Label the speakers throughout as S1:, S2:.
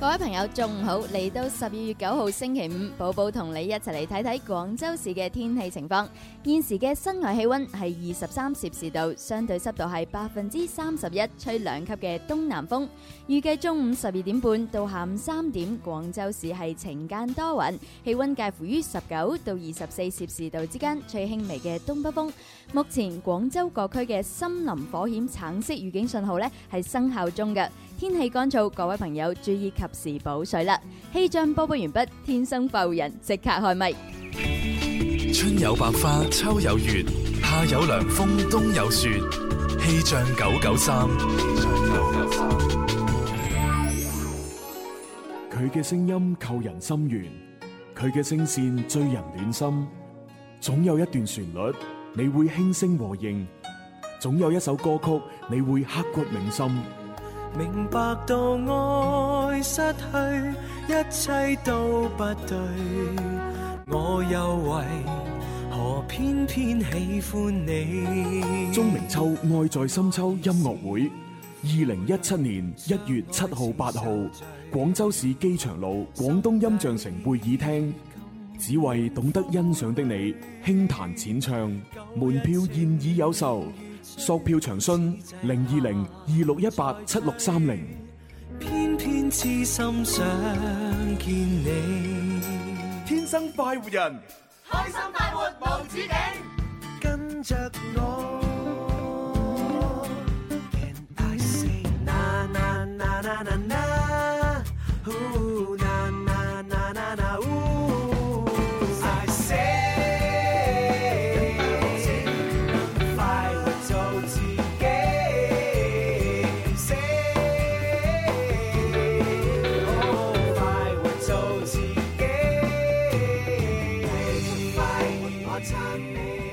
S1: 各位朋友，中午好！嚟到十二月九號星期五，寶寶同你一齊嚟睇睇廣州市嘅天氣情況。現時嘅室外氣温係二十三攝氏度，相對濕度係百分之三十一，吹兩級嘅東南風。預計中午十二點半到下午三點，廣州市係晴間多雲，氣温介乎於十九到二十四攝氏度之間，吹輕微嘅東北風。目前廣州各區嘅森林火險橙色預警信號呢係生效中嘅。天氣乾燥，各位朋友注意及時補水啦。氣象播報完畢，天生浮人即刻開咪。
S2: 春有百花，秋有月，夏有涼風，冬有雪。氣象九九三，
S3: 佢嘅聲音扣人心弦，佢嘅聲線醉人暖心。總有一段旋律，你會輕聲和應；總有一首歌曲，你會刻骨銘心。
S4: 明白到愛失去，一切都不對。我又為何偏偏喜歡你？
S3: 鍾明秋愛在深秋音樂會，二零一七年一月七號、八號，廣州市機場路廣東音像城會議廳，只為懂得欣賞的你，輕彈淺唱，門票現已有售，索票詳詢零二零二六一八七六三零。
S4: 偏偏痴心想見你。
S3: 天生快活人，
S5: 开心快活无止境。
S4: 跟着我。And I say na na na na na na, ooh na na na na na ooh. I say 快活做自己，say 哦快活做自己，快活我撐你。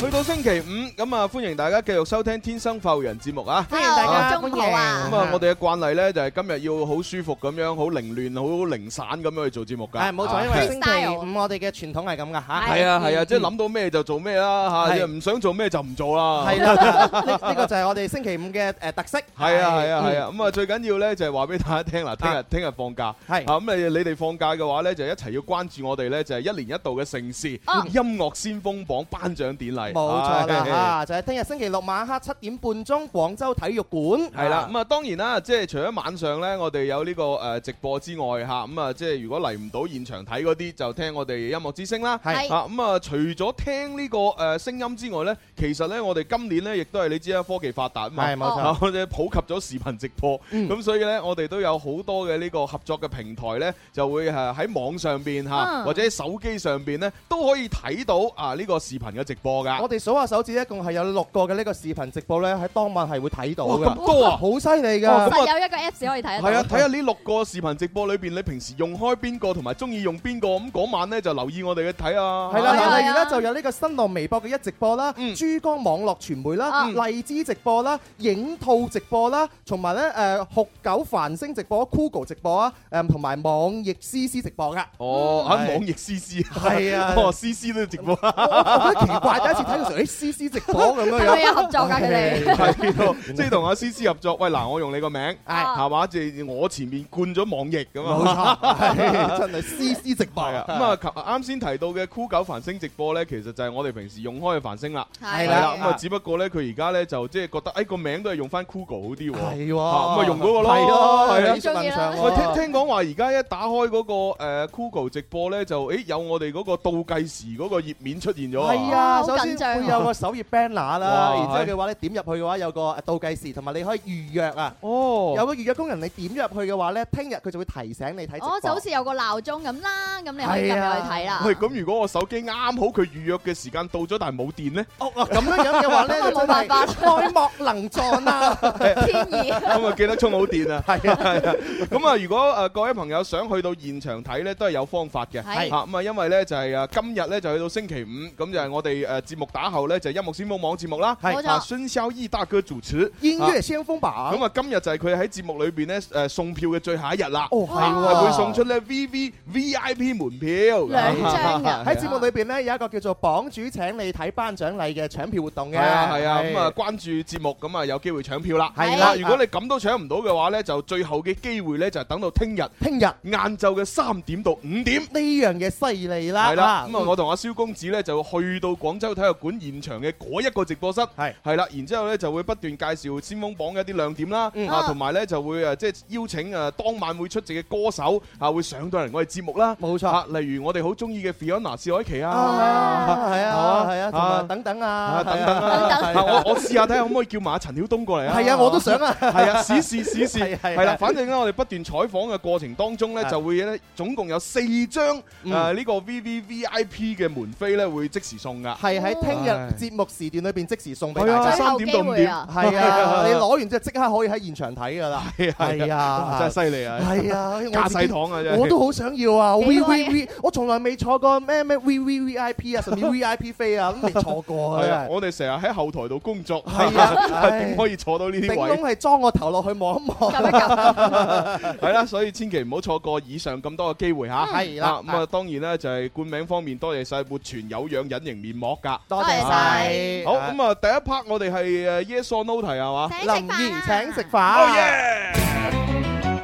S6: 去到星期五，咁啊，歡迎大家繼續收聽《天生浮人》節目啊！
S1: 歡迎大家
S6: 啊
S1: 中午好啊
S6: 咁啊，我哋嘅慣例咧就係今日要好舒服咁樣，好凌亂、好零散咁樣去做節目㗎。
S7: 係冇錯，因為星期五我哋嘅傳統係咁噶嚇。
S6: 係啊係啊，即係諗到咩就做咩啦嚇，
S7: 係
S6: 即係唔想做咩就唔做啦。
S7: 係啦，呢呢個就係我哋星期五嘅誒特色。
S6: 係啊係啊係啊，咁啊最緊要咧就係話俾大家聽啦，聽日聽日放假，
S7: 嗯係
S6: 啊咁你你哋放假嘅話咧就一齊要關注我哋咧就係一年一度嘅盛事音
S1: 哦
S6: 樂先鋒榜頒獎典禮，
S7: 冇錯啦
S6: 係
S7: 嚇，就係聽日星期六晚黑七點半鐘，廣州體育館。
S6: 係啦，咁啊當然啦，即係除咗晚上咧，我哋有呢個誒直播之外嚇，咁啊即係如果嚟唔到現場睇嗰啲，就聽我哋音樂之聲啦。
S7: 係
S6: 啊咁啊，除咗聽呢個誒聲音之外咧，其實咧我哋今年咧亦都係你知啦，科技發達啊嘛
S7: 係。冇錯
S6: 啊。我哋普及咗視頻直播，咁、
S7: 嗯
S6: 所以呢，我哋都有好多嘅呢個合作嘅平台呢，就會誒喺網上邊嚇，
S1: 啊
S6: 或者喺手機上邊呢，都可以睇到啊呢、個視頻嘅直播㗎。
S7: 我哋數下手指，一共係有六個嘅呢個視頻直播咧，喺當晚係會睇到
S6: 哇
S7: 嘅。
S6: 咁多啊
S7: 好犀利
S6: 哇咁啊
S7: 㗎！
S1: 實有一個 Apps 可以睇
S6: 係
S1: 得到。
S6: 啊，睇下呢六個視頻直播裏邊，你平時用開邊個，同埋中意用邊個，咁嗰晚呢，就留意我哋嘅睇啊。
S7: 係啦，
S1: 係啊
S7: 嗱，例如
S1: 係
S7: 咧
S1: 啊
S7: 就有呢個新浪微博嘅一直播啦，
S6: 嗯
S7: 珠江網絡傳媒啦，
S1: 嗯
S7: 荔枝直播啦，影兔直播啦，同埋咧誒酷狗繁星直播、Google 直播啊，誒同埋網易 CC 直播㗎。
S6: 哦，啊
S7: 係
S6: 網易 C C
S7: 係啊
S6: 哦 C C 都直播，
S7: 我我覺得奇怪，第一次睇到時候，誒 CC 直播咁樣
S1: 係咪
S7: 樣，
S1: 有合作㗎？佢哋
S6: 係喎即係同阿 C C 合作。喂，嗱，我用你個名
S7: 係
S6: 係嘛，即係我前面冠咗網易咁啊。
S7: 冇錯，係真係 CC 直播
S6: 係啊，咁啊，琴啱先提到嘅酷狗繁星直播咧，其實就係我哋平時用開嘅繁星啦。
S7: 係
S6: 係啦，
S7: 啦
S6: 咁啊，只不過咧，佢而家咧就即係覺得，誒個名都係用翻酷狗好啲喎。
S7: 係喎，
S6: 啊咁啊用嗰個咯
S7: 係
S6: 係
S7: 咯，
S6: 啊
S7: 你中意
S1: 喂
S6: 喂，聽聽講話而家一打開嗰個誒酷狗直播咧，就誒有我哋嗰個倒計時嗰個頁面出現咗啊。
S7: 係
S1: 哇
S7: 啊，
S1: 好
S7: 首
S1: 緊張
S7: 先
S1: 啊
S7: 會有個首頁 banner 啦，
S6: 哇
S7: 然之後嘅話咧點入去嘅話有個呃倒計時，同埋你可以預約啊。
S6: 哦
S7: 有個預約工人，你點入去嘅話咧，聽日佢就會提醒你睇直播。
S1: 哦，就好似有個鬧鐘咁啦，咁你可以撳入去睇啦。
S6: 喂，咁如果我手機啱好佢預約嘅時間到咗，但係冇電咧，
S7: 哦哦咁樣樣嘅話咧，
S1: 咁
S7: 就
S1: 我冇
S7: 真
S1: 辦法
S7: 係愛莫能啊助啦。
S1: 天意。
S6: 咁啊記得充好電啊！
S7: 係啊，
S6: 係啊，咁啊，如果誒各位朋友想去到現場睇咧，都係有方法嘅。
S1: 係
S6: 嚇咁啊，因為咧就係誒今日咧就去到星期五，咁就係我哋誒節目打稍後咧就係音樂先鋒網節目啦，
S7: 係
S1: 冇錯
S6: 啊，孫肖伊大哥主持。
S7: 音
S6: 啊
S7: 樂先鋒榜
S6: 咁啊，今日就係佢喺節目裏邊咧誒送票嘅最後一日啦。
S7: 哦，係
S6: 係
S7: 喎，
S6: 會送出咧 V V V I P 門票，
S1: 兩張㗎
S7: 喺節目裏邊咧有一個叫做榜主請你睇頒獎禮嘅搶票活動嘅，
S6: 系啊系啊，咁啊關注節目咁啊有機會搶票啦。啊
S7: 係
S1: 啦
S6: 嗱如果你咁都搶唔到嘅話咧，就最後嘅機會咧就係等到聽日
S7: 聽日呢
S6: 晏晝嘅三點到五點。
S7: 樣嘢犀利啦，
S6: 係啦，
S7: 啊
S6: 咁啊，我同阿蕭公子咧就去到廣州體育館現場嘅嗰一個直播室，
S7: 係
S6: 係啦，然之後咧就會不斷介紹先鋒榜嘅一啲亮點啦，
S7: 嗯
S6: 啊，
S1: 啊
S6: 同埋咧就會誒即係邀請誒當晚會出席嘅歌手啊，會上到嚟我哋節目啦，
S7: 冇錯
S6: 啊，例如我哋好中意嘅 Fiona 薛凱琪
S7: 啊
S6: 啊。
S7: 係啊係啊，同
S6: 啊
S7: 埋等等啊
S6: 啊，，等等啦，
S1: 等
S6: 啊我我試下睇下可唔可以叫埋阿陳曉東過嚟啊！
S7: 係啊，我都想啊，
S6: 係啊，試試試試，
S7: 係係
S6: 係啦，
S7: 係
S6: 反正咧，我哋不斷採訪嘅過程當中咧，
S7: 係
S6: 就會咧總共有四張
S7: 嗯
S6: 誒呢個 V V V I P 嘅門飛咧，會即時送噶。
S7: 係喺聽日
S6: 唉
S7: 節目時段裏邊即時送俾
S6: 係
S7: 大
S6: 啊，
S7: 家。
S6: 三點到五點，
S7: 係啊，你攞完之後即刻可以喺現場睇㗎啦。
S6: 係啊係
S7: 係
S6: 啊，
S7: 啊
S6: 真，係犀利啊！
S7: 係啊，我
S6: 架
S7: 自己
S6: 勢堂啊，真
S7: 我
S6: 係。
S7: 都好想要啊！V
S1: 幾
S7: V
S1: 位
S7: V，我從來未坐過咩咩 V V V I P 啊，甚至 V I P 飛啊，都未坐過啊！
S6: 係
S7: 真
S6: 啊，
S7: 係
S6: 我哋成日喺後台度工作，
S7: 係啊唉
S6: 點可以坐到呢
S7: 頂
S6: 啲位
S7: 籠？係裝個頭落去望一望。
S1: 夾一夾，
S6: 係啦，所以千祈唔好錯過以上咁多嘅機會嚇。
S7: 係啦
S6: 啊咁啊當然啦，就係冠名方面，多謝晒活泉有氧隱形面膜㗎。
S7: 多
S1: 謝
S7: 晒
S1: 晒
S6: 好咁啊，第一 part 我哋係誒呃 yes or no 題係嘛？
S1: 請食飯啊
S7: 林怡請食
S6: 哦
S7: 飯。
S6: 耶！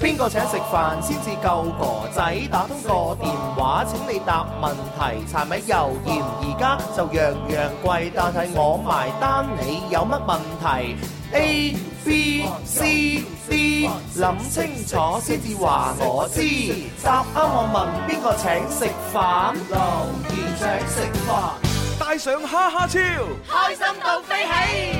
S7: 邊個請食飯先至夠哥仔？打通個電話請你答問題。柴米油鹽而家就樣樣貴，但係我埋單，你有乜問題？A B C D，諗清楚先至話我知。答啱我問邊個請食飯？留言請食飯。
S6: 帶上哈哈超，
S5: 开心到飞起。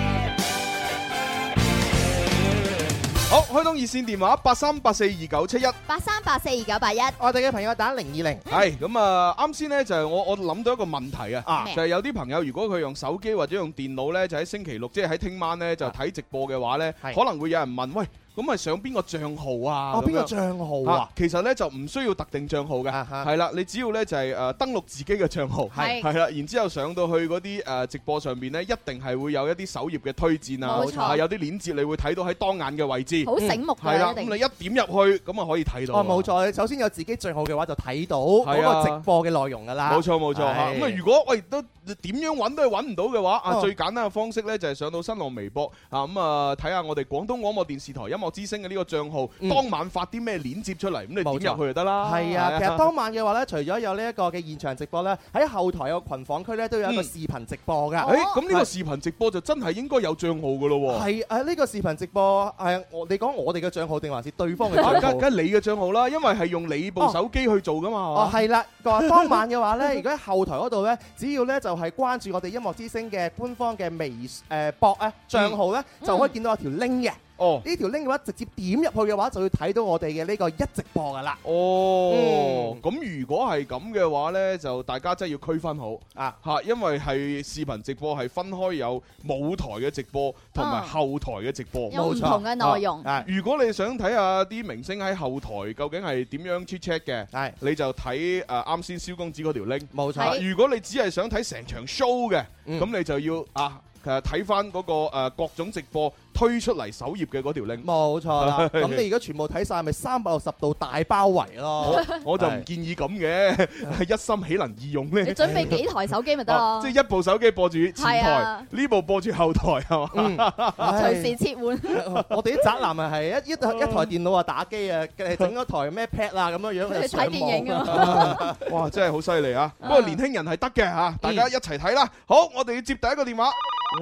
S6: 好開通熱線電話八三八四二九七一。
S1: 八三八四二九八一，
S7: 我哋嘅朋友打零二零。
S6: 係咁啊，啱先呢，就係我我諗到一個問題啊
S7: 啊，
S6: 就係有啲朋友如果佢用手機或者用電腦呢，就喺星期六即係喺聽晚呢，就睇直播嘅話呢，
S7: 係
S6: 可能會有人問喂，咁係上邊個帳號啊？
S7: 哦，邊個
S6: 咁樣
S7: 賬號啊
S6: 啊？其實咧就唔需要特定帳號嘅，
S7: 啊哈
S6: 係啦，你只要咧就係誒呃登錄自己嘅帳號，
S1: 係
S6: 係啦，然之後上到去嗰啲誒直播上邊咧，一定係會有一啲首頁嘅推薦啊
S1: 冇，錯
S6: 啊有啲鏈接你會睇到喺當眼嘅位置，
S1: 好醒目
S6: 係
S1: 㗎，
S6: 啦，咁
S1: 一定
S6: 你一點入去咁啊可以睇到，
S7: 哦，冇。錯，首先有自己賬號嘅話，就睇到嗰
S6: 係啊
S7: 個直播嘅內容㗎啦。
S6: 冇錯冇錯嚇，
S7: 係
S6: 咁啊如果喂都點樣揾都係揾唔到嘅話，啊
S7: 哦
S6: 最簡單嘅方式咧就係上到新浪微博啊咁啊睇下我哋廣東廣播電視台音樂之聲嘅呢個帳號，
S7: 嗯
S6: 當晚發啲咩鏈接出嚟，咁你點入
S7: 冇錯
S6: 去就得啦。
S7: 係啊，其實當晚嘅話咧，除咗有呢一個嘅現場直播咧，喺後台有個群房區咧都有一個
S6: 嗯
S7: 視頻直播㗎。
S6: 诶，咁呢個視頻直播就真係應該有帳號噶咯喎。
S7: 係啊，呢個視頻直播係我你講我哋嘅帳號定還是對方嘅
S6: 啊
S7: 帳
S6: 梗
S7: 號？
S6: 梗係你嘅帳號啦，因為係用你部手機去做噶
S7: 哦
S6: 嘛，係嘛。
S7: 係啦，個當晚嘅話咧，如果喺後台嗰度咧，只要咧就係關注我哋音樂之星嘅官方嘅微誒博啊帳號咧，
S6: 嗯
S7: 就可以見到有條 link 嘅。
S6: 哦
S7: 呢條 link 嘅話，直接點入去嘅話，就要睇到我哋嘅呢個一直播㗎啦。
S6: 哦
S7: 嗯，
S6: 咁如果係咁嘅話呢，就大家真係要區分好
S7: 啊
S6: 嚇，因為係視頻直播係分開有舞台嘅直播同埋
S1: 啊
S6: 後台嘅直播。
S1: 有唔同嘅內容，
S7: 係
S6: 如果你想睇下啲明星喺後台究竟係點樣 chit chat 嘅，
S7: 係
S6: 你就睇誒啱先蕭公子嗰條 link。
S7: 冇錯。
S6: 啊
S1: 係
S6: 如果你只係想睇成場 show 嘅，咁、
S7: 嗯
S6: 你就要啊誒睇翻嗰個、呃、各種直播推出嚟首頁嘅嗰條 link。
S7: 冇錯啦，咁你如果全部睇晒，咪三百六十度大包圍咯。
S6: 我我就唔建議咁 嘅，一心豈能二用
S1: 你
S6: 呢？
S1: 準備幾台手機咪得
S6: 啊
S1: 咯
S6: 即，係一部手機播住前
S1: 係
S6: 台
S1: 啊，
S6: 呢部播住後台係嘛？
S7: 嗯，
S1: 隨時切換。
S7: 唉我哋啲宅男咪係一一一台電腦啊打機啊，整咗台咩 pad 啊咁樣
S1: 佢
S7: 樣
S1: 哋睇
S7: 就上
S1: 電影
S7: 網。
S1: 啊嘛。
S6: 哇，真係嗯好犀利啊！不
S1: 啊
S6: 過年輕人係得嘅嚇，大家一齊睇啦。好，我哋要接第一個電話。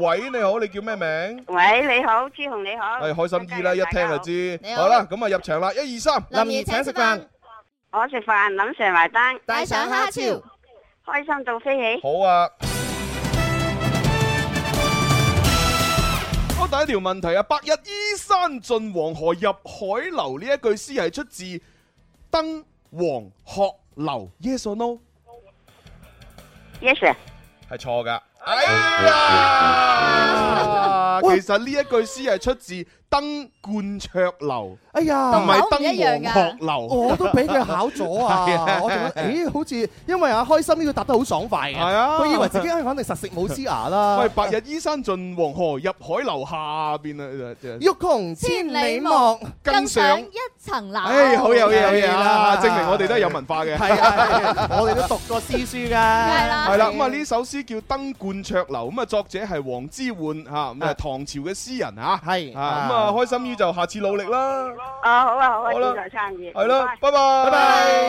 S6: 喂，你好，你叫咩名？
S8: 喂，你好，朱紅你好。
S6: 係開心姨啦，一聽就知
S1: 你。好
S6: 好啦，咁啊入場啦，一二三。
S7: 林怡請食飯，
S8: 我食飯，諗成埋單，
S1: 帶上蝦超。
S8: 開心到飛起。
S6: 好啊。我第一條問題啊，白日依山盡，黃河入海流呢一句詩係出自《登黃鶴樓》，yes or no？
S8: Yes sir，
S6: 係錯噶。哎呀，其實呢一句詩係出自《登冠卓樓，
S7: 哎呀
S6: 唔係登
S7: 同樓唔一樣㗎啊
S6: 黃鶴樓，
S7: 我都俾佢考咗
S6: 係
S7: 啊！我仲覺得咦，好似因為阿開心呢個答得好爽快嘅，
S6: 係啊
S7: 佢以為自己肯定實食冇黐牙啦。
S6: 喂，白日依山盡黃河，入海樓下邊啊！即係
S7: 欲窮千里目，
S6: 跟上
S1: 一層樓。
S7: 啊
S6: 哎，好有嘢，好嘢啊！
S7: 係啦
S6: 證明我哋都係有文化嘅。
S7: 係啊，我哋都讀過詩書㗎。係
S1: 啦
S6: 係啦，咁啊呢首詩叫《登冠卓樓》，咁啊作者係黃之涣嚇，咁啊
S7: 啊
S6: 唐朝嘅詩人嚇。
S7: 係
S6: 啊，咁啊開心於就下次努力啦。
S5: 啊好啊好啊，
S6: 好啦
S5: 正在參與。
S6: 係啦
S5: 唔該，
S6: 拜拜。
S7: 拜拜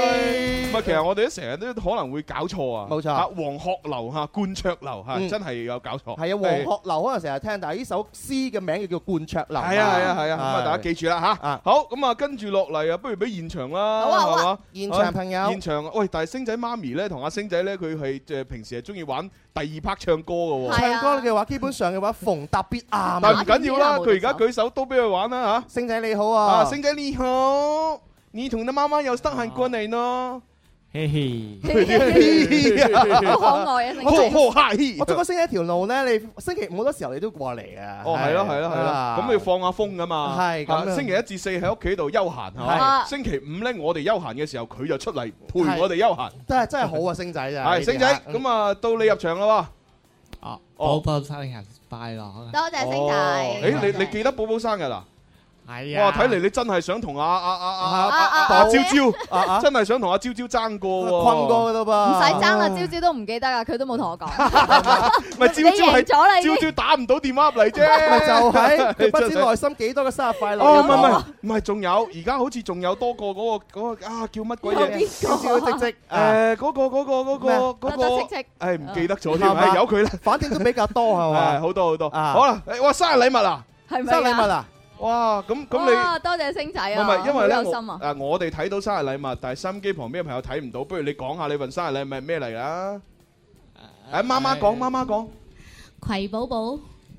S6: 唔係，其實我哋都成日都可能會搞錯啊。
S7: 冇錯
S6: 嚇黃鶴樓嚇，冠卓樓嚇，
S7: 嗯
S6: 真係有搞錯。
S7: 係啊，黃鶴樓可能成日聽，但係呢首詩嘅名叫《貫卓樓》。
S6: 係啊係啊係啊，咁
S7: À.
S6: 啊大家記住啦嚇
S7: 啊。
S6: 好，咁啊跟住落嚟啊，不如俾現場啦，
S1: 好啊好啊
S6: 係嘛？
S7: 現場朋友
S6: 現場喂，但係星仔媽咪咧同阿星仔咧，佢係誒平時係中意玩第二 part 唱歌嘅喎
S1: 係。
S7: 唱歌嘅話，基本上嘅話逢答必
S6: 但
S7: 啱。
S6: 係唔緊要啦，佢而家舉手都俾佢玩啦
S7: 星仔你好
S6: 嚇。啊，
S7: 啊，
S6: 星仔你好，你同你媽媽有得閒過嚟咯。
S3: 嘿嘿，
S1: 好可愛啊！成個
S6: 呵呵哦哈嘿
S7: 我中咗星仔一條路咧，你星期五好多時候你都過嚟嘅。
S6: 哦，係咯，係咯，係咯，咁你要放下風噶嘛？
S7: 啊係咁
S6: 啊
S7: 樣
S6: 星期一至四喺屋企度休閒係嘛？
S1: 係
S6: 星期五咧，我哋休閒嘅時候，佢就出嚟陪我哋休閒。
S7: 真係真係好啊，星仔 啊！
S6: 係，星仔，咁啊，到你入場啦
S3: 啊，寶
S6: 哦
S3: 寶生日快樂！
S1: 多謝
S6: 喎。
S1: 星仔。
S6: 哦誒，你你記得寶寶生日啊？
S3: 係啊，
S6: 哇，睇嚟你真係想同阿阿阿阿阿
S1: 啊啊
S6: 阿
S1: 啊！
S6: 朝
S1: 唔
S6: 朝，
S7: 啊啊，
S6: 真係想同阿朝朝爭過喎。
S7: 困過噶啦
S1: 使
S7: 噃，
S1: 爭啦，朝朝都唔記得啊，佢都冇同我講。
S6: 咪朝
S1: 你
S6: 朝
S1: 贏
S6: 係
S1: 咗啦已經
S6: 朝。朝打唔到電話入嚟啫。
S7: 咪就 係佢不
S6: 真
S7: 知
S6: 係
S7: 內心幾多嘅生日快樂。
S6: 哦，唔 係唔係唔係，仲有而家好似仲有多個嗰個嗰個啊，叫乜鬼嘢？
S7: 少少積積啊，
S6: 誒嗰個嗰個嗰
S7: 咩啊
S6: 個嗰
S1: 得得戚
S6: 個
S1: 戚，
S6: 誒唔記得咗添，
S7: 係嘛
S6: 誒由佢啦，
S7: 反正都比較多係
S6: 誒
S7: 嘛。
S6: 好多好多，
S7: 啊
S6: 好啦，誒哇生日禮物啊，
S1: 係咪
S7: 生日
S1: 啊
S7: 禮物啊，
S6: 哇咁咁你。
S1: 哇多謝星仔
S6: 唔
S1: 啊！
S6: 係唔係，因為咧，
S1: 好有心
S6: 我
S1: 啊！
S6: 誒我哋睇到生日禮物，但係收音機旁邊嘅朋友睇唔到，不如你講下你份生日禮物係咩嚟啦？誒媽媽講，媽媽講，
S8: 葵寶寶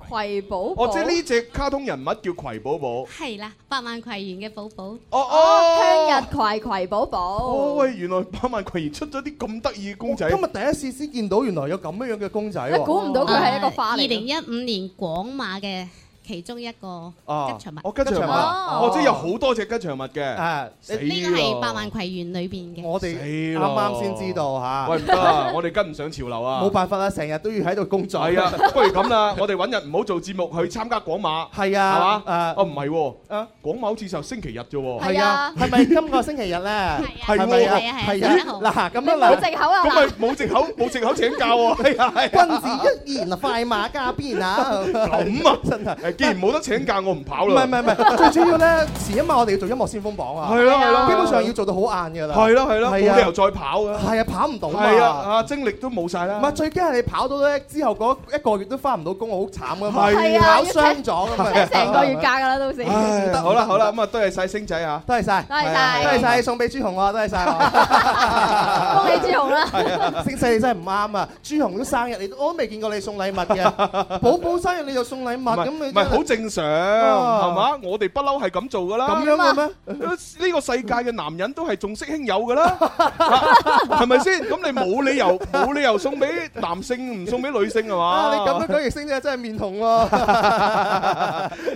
S1: 葵寶寶
S6: 哦，即係呢只卡通人物叫葵寶寶，哦
S8: 係啦，百萬葵園嘅寶寶，
S1: 哦，
S6: 哦
S1: 向，日葵葵寶
S6: 哦
S1: 寶。
S6: 喂，原來百萬葵園出咗啲哦咁得意嘅公仔，
S7: 今日第一次先見到原來有咁樣樣嘅公仔
S1: 你估
S7: 喎。
S1: 唔到佢係一個花
S8: 二
S1: 嚟嘅。
S8: 零一五年廣馬嘅其中一個
S7: 哦
S1: 啊
S8: 吉祥物，
S6: 哦吉祥
S7: 吉祥
S6: 物，
S7: 物
S6: 哦即係有好多隻吉祥物嘅，
S7: 啊，
S6: 死
S8: 呢個係
S6: 咯
S8: 百萬葵園裏邊嘅。
S7: 我哋啱啱先知道
S6: 喂
S7: 嚇，
S6: 唔得 啊，我哋跟唔上潮流啊！
S7: 冇辦法啦，成日都要喺度工作。
S6: 係啊，不如咁啦，我哋揾日唔好做節目去參加廣馬，
S7: 係
S6: 係
S7: 啊，
S6: 嘛？哦唔係喎，
S7: 啊
S6: 廣馬好似就星期日啫喎，
S1: 係啊
S7: 係咪今個星期日咧？係
S6: 係
S7: 咪
S6: 喎
S8: 係
S7: 啊？
S8: 啊
S7: 係
S8: 係啊
S7: 啊，嗱咁
S1: 你
S7: 樣
S1: 冇
S7: 啦，
S1: 藉口啊？
S6: 咁 咪冇藉口冇藉口請假喎， 係啊係啊，
S7: 君子一言，快馬加 鞭啊！
S6: 咁啊
S7: 真係。
S6: 誒既然冇得請假，我唔跑
S7: 唔係
S6: 啦
S7: 唔，係唔係，最主要咧，前一晚我哋要做音樂先鋒榜啊，
S6: 係咯係咯，
S7: 基本上要做到好晏㗎啦。
S6: 係咯係咯，
S7: 係
S6: 冇
S7: 啊
S6: 理由再跑嘅，
S7: 係啊，跑唔到嘛。
S6: 係啊，啊精力都冇晒啦
S7: 唔係，最驚係你跑到咧之後嗰一個月都翻唔到工，好慘噶嘛，
S6: 係
S1: 啊
S7: 跑傷咗咁嘛，
S1: 請成個月假㗎啦，到時。多
S6: 唉，好啦好啦，咁啊多謝晒星仔 啊！
S7: 多謝晒，多
S1: 謝
S7: 謝
S1: 晒，
S7: 晒，送俾朱紅啊，多謝晒我。
S1: 恭喜朱紅啦！
S7: 星仔你真係唔啱啊！朱紅都生日，你都我都未見過你送禮 物嘅，寶寶生日你就送禮物，
S6: 唔係
S7: 咁你
S6: 唔係好正常係嘛？我哋不嬲係咁做噶啦。
S7: 咁樣嘅咩？
S6: 呢個世界嘅男人都係重色輕友 㗎啦，係咪先？咁你冇理由冇理由送俾男性唔送俾女性係嘛？
S7: 啊，你咁樣講完星仔真係面紅喎。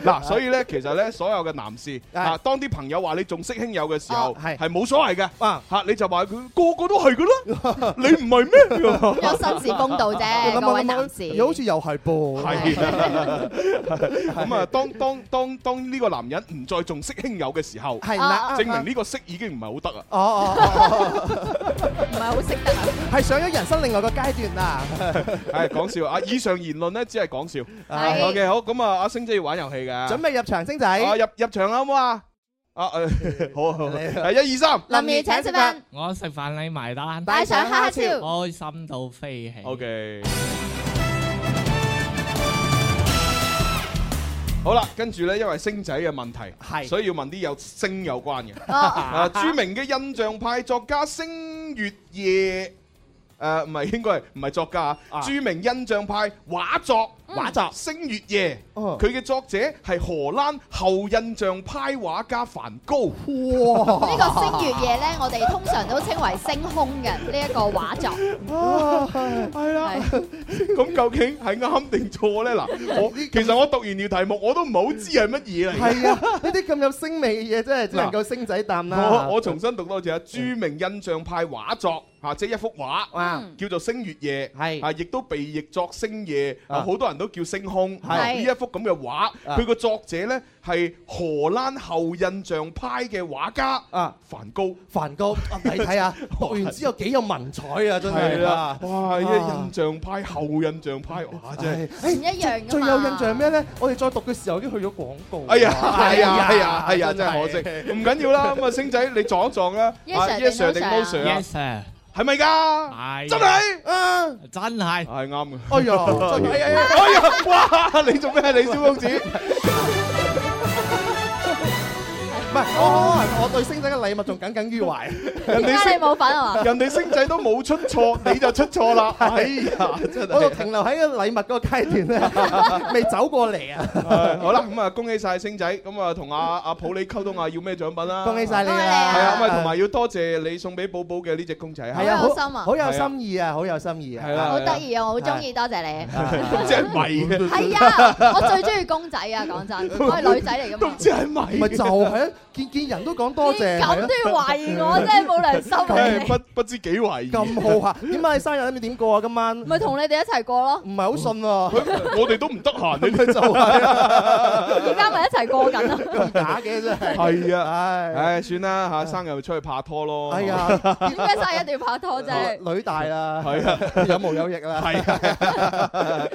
S6: 嗱，所以咧，其實咧，所有嘅男士
S7: 係
S6: 啊，當啲朋友話你重色輕友嘅時候，
S7: 啊係
S6: 係冇所謂嘅。
S7: 哇！
S6: 嚇，你就話佢個個都係㗎 啦，你唔係咩？
S1: 有紳士風度啫，各位男士。
S7: 又好似又係噃，
S6: 係啊咁啊，當當當當呢個男人唔再重色輕友嘅時候，
S7: 係
S1: 啊
S7: 啦，
S6: 證明呢個色已經唔係好得啊。
S7: 哦哦哦，
S1: 唔係好識得啊。
S7: 係上咗人生另外個 階段啦。
S6: 係講笑啊！以上言論咧，只係講笑。
S1: 係
S6: OK，好，咁啊，阿星姐要玩遊戲嘅，
S7: 準備入場，星
S6: 啊
S7: 仔，
S6: 入入場啦，好唔好啊？啊，誒 好好，好
S7: 嚟
S6: 係一二三
S1: 林怡請食飯，
S3: 我食飯你埋單，
S1: 帶上哈哈超。
S3: 開心到飛起。
S6: ，OK。好啦，跟住咧，因為星仔嘅問題，
S7: 係
S6: 所以要問啲有星有關嘅。
S1: 哦，
S6: 啊，著名嘅印象派作家星月啊夜，誒唔係應該係唔係作家啊？著名印象派畫作哦畫集《星月夜》，佢嘅作者係荷蘭後印象派畫家梵高。 哇
S1: 呢個星月夜咧，我哋通常都稱為星空嘅呢一個畫作。
S6: 係啦，咁究竟係啱定錯呢？ 嗱，我其實我讀完條題目我都唔係好知係乜嘢嚟。
S7: 係啊，呢啲咁有星味嘅嘢真係只能夠星仔啖啦
S6: 我。我重新讀多次啊！著名印象派畫作嚇，即係一幅畫，叫做《星月夜》，係啊，亦都被譯作《星夜》，啊好多人都叫星空。
S7: 係
S6: 呢一幅咁嘅畫，佢個作者呢係荷蘭後印象派嘅畫家啊，梵高。
S7: 梵高，啊你睇下，讀完之後幾有文采啊，真
S6: 係
S7: 係
S6: 啦
S7: 啊，！
S6: 哇！一印象派後印象派，哇！真係。
S7: 誒
S1: 唔一樣㗎嘛
S7: 最有印象咩咧？我哋再讀嘅時候已經去咗廣告。
S6: 哎呀，係啊，係啊，係啊，
S7: 真
S6: 真
S7: 係
S6: 係可惜。唔緊 要啦，咁啊，星仔你撞一撞啦。
S7: Yes
S6: 啊
S7: sir
S6: yes sir
S7: 定
S6: 定 no
S7: no sir
S6: sir
S7: 啊
S6: 啊
S9: Yes sir，
S6: 係咪㗎？
S9: 係
S6: 真係
S7: 啊！
S9: 真係
S6: 係啱嘅。
S7: 哎呀真係哎呀
S6: 哎呀！哇！你做咩 啊？你小公子？
S7: 唔係，我可能我對星仔嘅禮物仲耿耿於懷。
S6: 人哋星
S1: 冇份啊嘛
S6: 人哋星仔都冇出錯，你就出錯 啦！哎呀，真係
S7: 我仲停留喺個禮物嗰個階段咧，未走過嚟啊！
S6: 係好啦，咁啊，恭喜晒星仔，咁啊，同阿阿普你溝通下要咩獎品啦。
S7: 恭喜晒你啊
S6: 係啊，咁啊，同埋要多謝你送俾寶寶嘅呢只公仔啊。
S7: 係啊，
S1: 好有心啊
S7: 好有心意啊，好有心意啊！
S6: 係啦
S1: 好得意啊！我好中意，多謝你。
S6: 即係迷嘅。
S1: 係啊，我最中意公仔啊！講真，我係女仔嚟噶嘛，
S6: 即係迷。
S7: 咪就係啊見見人都講多謝。
S1: 咁都要懷疑我，真係冇良心啊！
S6: 真
S1: 你
S6: 係不不知幾懷疑。
S7: 咁 好客，點解你生日諗住點過啊？今晚唔
S1: 咪同你哋一齊過咯，
S7: 係好 信喎，
S6: 我哋都唔得閒，你
S7: 咪就係
S1: 而家咪一齊過緊咯。
S7: 咁假嘅真係。
S6: 係啊，唉，算啦嚇，生日咪出去拍拖咯。
S7: 哎呀，
S1: 點解生日一定要拍拖啫？
S7: 女大啦，
S6: 係啊，
S7: 有毛有翼啦，
S6: 係啊，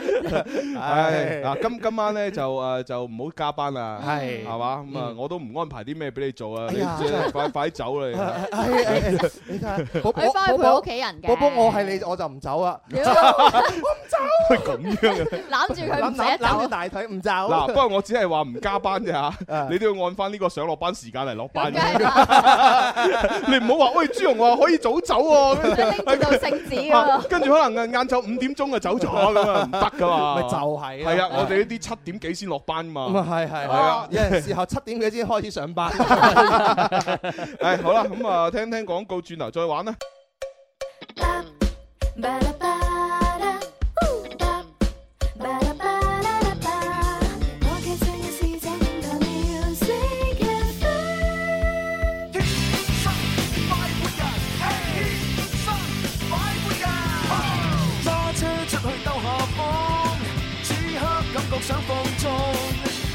S6: 唉，嗱，今今晚咧就誒就唔好加班啦，
S7: 係
S6: 係嘛，咁啊我都唔安排啲咩俾你做啊，
S7: 哎
S6: 你
S7: 呀
S6: 即
S7: 真
S6: 係
S7: 係
S6: 快快走 啦，
S7: 哎哎哎你睇下，寶寶
S1: 佢翻去陪
S7: 寶寶
S1: 屋企人嘅。
S7: 寶寶，我係你，我就唔走啊！
S6: 你咁樣嘅。
S1: 攬住佢唔
S7: 攬
S1: 捨得
S7: 攬攬住
S1: 走。
S7: 大腿唔走。
S6: 嗱，不過我只係話唔加班啫嚇，你都要按翻呢個上落班時間嚟落班
S1: 梗係啦，
S6: 你唔好話，喂朱紅話可以早走喎，
S1: 佢拎住道聖旨
S6: 啊
S1: 喎。
S6: 跟住可能晏晝五點鐘就走咗咁啊，唔得噶嘛。
S7: 咪就係啦
S6: 係啊，我哋呢啲七點幾先落班嘛。
S7: 咁啊係係
S6: 係啊
S7: 有陣時候七點幾先開始上班。
S6: 誒好啦，咁啊聽聽廣告，轉頭再玩啦。
S5: 揸車出去兜下風，此刻感覺想放縱，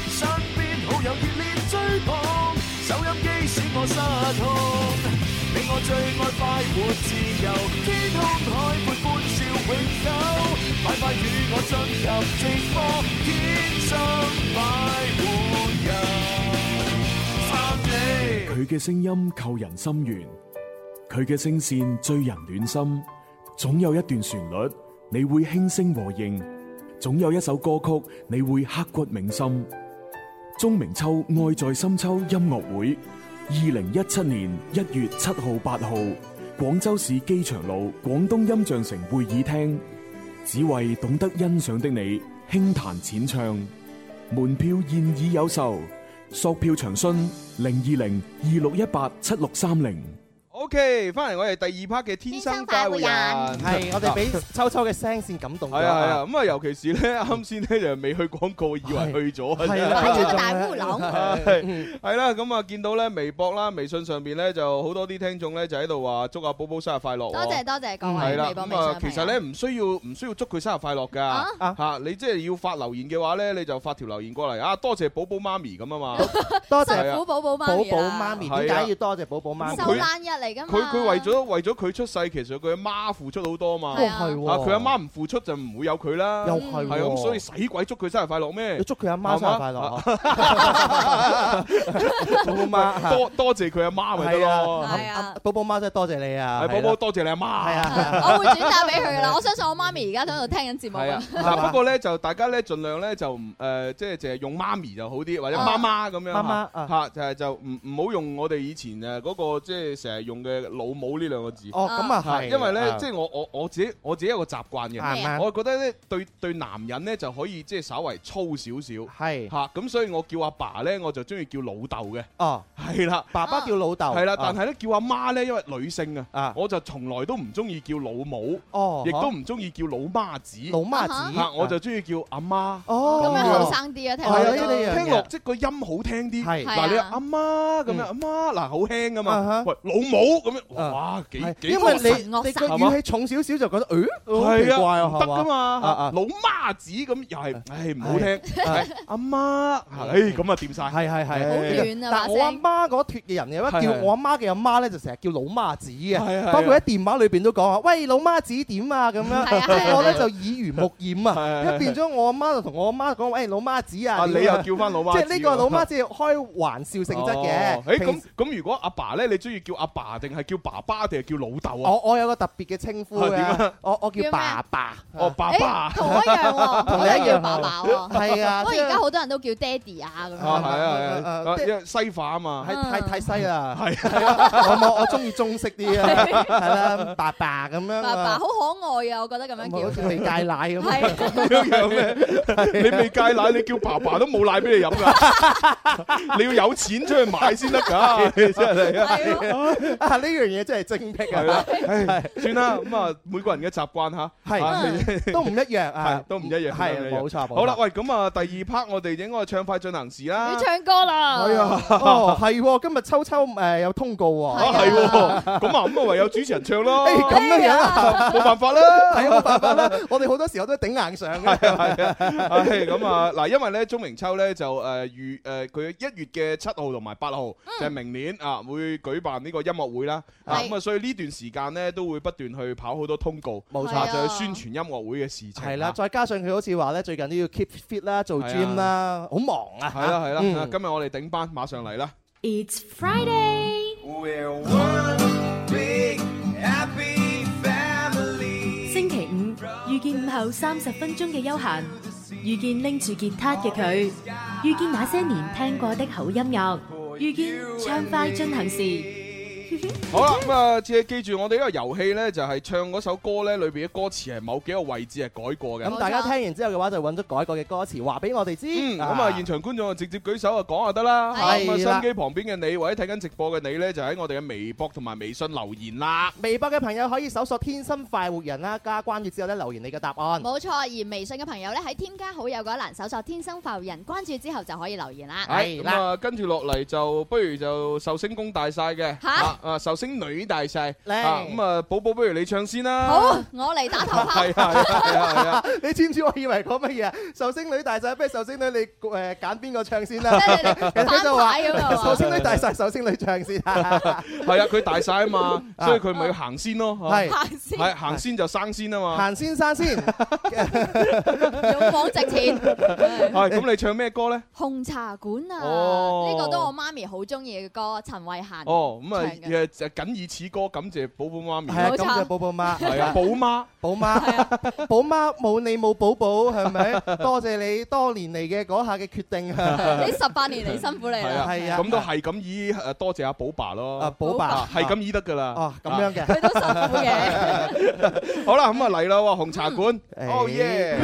S5: 身邊好友熱烈追捧，收音機使我失控。你我最愛快活自由，天空海闊歡笑永久，快快與我進入直播，天生快活人，生你。
S3: 佢嘅聲音扣人心弦，佢嘅聲線醉人暖心。總有一段旋律你會輕聲和應，總有一首歌曲你會刻骨銘心。鍾明秋愛在深秋音樂會，二零一七年一月七號、八號，廣州市機場路廣東音像城會議廳，只為懂得欣賞的你輕彈淺唱。門票現已有售，索票詳詢零二零二六一八七六三零。
S6: OK，翻嚟我哋第二 part 嘅天生快活人，
S7: 係，我哋俾秋秋嘅聲線感動咗。
S6: 係啊係啊，咁啊尤其是咧啱先咧就未去廣告，以為去咗啊，
S7: 係啦，
S1: 玩咗個
S7: 係
S1: 大
S7: 啊
S1: 烏龍。
S6: 係係啦，咁啊見到咧微博啦、微信上邊咧就好多啲聽眾咧就喺度話祝阿寶寶生日快樂喎。
S1: 多謝多謝
S7: 嗯
S1: 各
S6: 係
S1: 位
S6: 啦，
S1: 微博微信
S6: 咁
S1: 嘅朋，
S6: 啊
S1: 友。
S6: 其實咧唔需要唔需要祝佢生日快樂
S1: 啊
S6: 㗎，嚇你即係要發留言嘅話咧，你就發條留言過嚟啊！多謝寶寶媽咪咁啊嘛，
S7: 多
S6: 係
S7: 謝
S6: 啊
S1: 苦寶寶
S7: 寶
S1: 媽
S7: 寶
S1: 咪啦
S7: 媽咪，點解要多謝寶寶媽咪？
S1: 收冷日嚟㗎嘛。
S6: 佢佢為咗為咗佢出世，其實佢阿媽付出好多嘛，
S1: 係
S6: 嚇
S1: 啊
S7: 係喎，
S6: 佢阿媽唔付出就唔會有佢啦，
S7: 哦又係
S6: 係啊
S7: 喎
S6: 咁，所以使鬼祝佢生日快樂咩
S7: 要？祝佢阿媽生日快
S6: 啊
S7: 樂。寶 寶媽，啊
S6: 多多謝佢阿媽咪得咯，
S1: 係啊，
S7: 寶寶媽真係多謝你啊！
S6: 係寶寶多謝你阿媽
S7: 係。啊，
S1: 我會轉達俾佢㗎啦。我相信我媽咪而家喺度聽緊節目
S6: 係啊
S1: 㗎。，
S6: 嗱不過咧就大家咧盡量咧就唔誒，即係淨係用媽咪就好啲，或者媽媽咁樣
S7: 媽媽啊
S6: 嚇，就係就唔唔好用我哋以前誒嗰個即係成日用用嘅老母呢兩個字。
S7: 哦咁啊係
S6: 因為咧
S7: 啊，
S6: 即係我我我自己我自己有個習慣
S7: 係咩
S6: 嘅，我覺得咧對對男人咧就可以即係稍為粗少少。
S7: 係
S6: 嚇，咁所以我叫阿爸咧，我就中意叫老豆嘅。
S7: 哦，
S6: 係啦，
S7: 爸爸叫老豆，
S6: 係啦，
S7: 啊
S6: 但係咧叫阿媽咧，因為女性啊，我就從來都唔中意叫老母，
S7: 哦
S6: 亦都唔中意叫老媽子，
S7: 老媽子
S6: 嚇我就中意叫阿媽。
S7: 哦
S1: 啊咁樣後生啲啊，聽落
S6: 係啊
S1: 都
S6: 呢樣嘢聽落即係個音好聽啲。
S7: 係嗯啊
S6: 嗱，你
S1: 係啊
S6: 阿媽咁樣，阿媽嗱好輕噶嘛，喂老母咁樣，哇幾
S7: 係
S6: 幾
S7: 因為你
S6: 係嘛
S7: 你個語氣重少少就覺得，誒，好奇
S6: 係
S7: 怪
S6: 啊，
S7: 啊，
S6: 唔
S7: 係
S6: 得噶嘛
S7: 啊啊，，
S6: 老媽子咁又係，唉唔好聽，
S7: 係啊
S6: 係
S7: 嗯
S6: 阿媽，唉咁啊掂晒，
S7: 係係係，
S1: 啊
S6: 啊
S1: 把
S7: 但
S1: 聲
S7: 我阿媽嗰脱嘅人嘅，
S6: 係
S7: 一叫我阿媽嘅阿媽咧，就成日叫老媽子
S6: 係啊係
S7: 嘅，包括喺電話裏邊都講啊，喂老媽子點啊咁樣，
S1: 係啊
S7: 即係我
S6: 係啊
S7: 咧就耳濡目染
S6: 係
S7: 啊，
S6: 係
S7: 一變咗我阿媽就同我阿媽講，喂老媽子啊，
S6: 啊你
S7: 點
S6: 又
S7: 啊
S6: 叫翻老媽
S7: 即
S6: 子喎，
S7: 係呢個老媽子係開玩笑性質嘅
S6: 哦，誒
S7: 平
S6: 咁咁，如果阿爸咧，你中意叫阿爸定係叫爸爸定係叫老豆啊？
S7: 我我有個特別嘅稱呼
S6: 係點
S7: 嘅
S6: 啊，
S7: 我我
S1: 叫咩
S7: 叫爸爸，
S6: 哦，爸爸。
S1: 同我一樣喎，
S7: 同
S1: 我
S7: 你一樣
S1: 都叫爸爸喎。
S7: 係啊
S1: 不過
S7: 即係
S1: 而家好多嗯人都叫爹哋啊咁
S6: 啊，係
S1: 樣。
S6: 啊，係
S7: 啊
S6: 啊
S7: 啊
S6: 啊，因為西化啊嘛，
S7: 係太太西啦，
S6: 係
S7: 我我我中意中式啲啊，係啦，爸爸咁樣啊，
S1: 爸爸好可愛啊，我覺得咁樣
S7: 好
S1: 叫
S7: 似。你戒奶咁啊。
S1: 係
S6: 咁樣樣咩？ 你未戒奶，你叫爸爸都冇奶俾你 飲噶，你要有錢出去買先得㗎，真係啊！
S1: 係喎
S7: 啊！呢樣嘢真係精辟
S6: 係
S7: 啊
S6: 啦，，唉算啦，咁啊，每個人嘅習慣嚇，啊
S7: 係都唔一樣啊
S6: 係，都唔一樣，
S7: 係
S6: 都唔一樣
S7: 冇錯冇錯
S6: 好啦，喂，咁啊，第二 part 我哋應該唱快進行時啦
S1: 啊要。唱歌
S7: 哎呀
S1: 啦。，
S7: 哦係喎，今日秋秋誒有通告
S6: 啊
S7: 喎，
S6: 係喎，咁啊咁啊唯有主持人唱 咯，
S7: 誒咁樣樣啊，
S6: 冇辦法啦，
S7: 係哎冇辦法啦，我哋好多時候都係頂硬上嘅，
S6: 係啊，係咁啊，嗱，因為咧，鐘明秋咧就誒預誒佢一月嘅七號同埋八號就係明年啊會舉辦呢個音樂會啦，啊
S1: 係
S6: 咁啊，所以呢段時間咧都會不斷去跑好多通告，
S7: 冇
S1: 錯
S6: 啊就去宣傳音樂會嘅事情，
S7: 係啦，
S6: 啊
S7: 再加上佢好似話咧，最近都要 keep fit 啦，做 gym 啦，好忙啊，
S6: 係啦係
S7: 嗯
S6: 啦，啊今日我哋頂班馬上嚟啦。
S4: It's Friday，
S10: We're one big happy family.
S4: 星期五遇見午後三十分鐘嘅休閒，遇見拎住吉他嘅佢，遇見那些年聽過的好音樂，遇見暢快進行時。
S6: 好啦，咁啊，只係記住我哋呢個遊戲咧，就係唱嗰首歌咧裏邊嘅歌詞係某幾個位置係改過嘅。
S7: 咁大家聽完之後嘅話，就揾咗改過嘅歌詞話俾我哋知。
S6: 嗯，咁啊，現場觀眾就直接舉手啊，講就得啦。嚇
S7: 係
S6: 咁啊，
S7: 啦
S6: 收音機旁邊嘅你或者睇緊直播嘅你呢，就喺我哋嘅微博同埋微信留言啦。
S7: 微博嘅朋友可以搜索「天生快活人」啦，加關注之後咧留言你嘅答案。
S1: 冇錯，而微信嘅朋友咧喺添加好友嗰一欄搜索「天生快活人」，關注之後就可以留言啦。
S6: 係
S7: 係
S6: 咁
S7: 啦
S6: 啊，跟住落嚟就不如就壽星公大晒嘅
S1: 嚇
S6: 啊啊壽星女大晒
S7: 嚟
S6: 啊咁啊，寶寶不如你唱先啦。
S7: 啊
S1: 好，我嚟打頭炮。
S6: 係啊係啊係啊係啊，
S7: 你知唔知我以為講乜嘢啊？壽星女大晒，不如壽星女你誒揀邊個唱先啦？
S1: 即係你
S7: 人哋就
S1: 反
S6: Ờ.
S7: 話
S1: 牌咁啊
S7: 壽星女大晒，壽星女唱先。
S6: 係啊，佢大晒啊嘛，所以佢咪要行先咯。嚇
S7: 係
S1: 行先，
S6: 係行先就生先啊嘛。
S7: 行先生先，
S6: Ờ.
S1: 勇往直 前。
S6: 係咁，你唱咩歌呢？
S1: 紅茶館啊，
S6: 哦
S1: 呢個都我媽咪好中意嘅歌，陳慧嫻。
S6: 哦，咁啊
S1: 唱，嘅
S6: 誒就僅以此歌感謝寶寶媽咪。
S7: 係啊，
S1: 冇錯
S7: 咁就寶寶媽，
S6: 係啊，寶媽。
S7: 寶媽，
S6: Ờ.
S7: 寶媽冇你冇寶寶係咪？多謝你多年嚟嘅嗰下嘅決定。
S6: Ờ.
S1: 呢十八年嚟辛苦你
S6: 係
S1: 啦
S6: 啊，，
S7: 係啊
S6: 咁都係咁以誒多謝阿寶爸咯，
S7: 啊，寶爸
S6: 係咁以得噶啦。
S7: 哦，咁
S6: Ờ.
S7: 樣嘅。
S1: 佢都辛苦嘅。
S6: 啊好啦，咁啊嚟啦喎，紅茶館
S7: 嗯
S6: ，Oh yeah！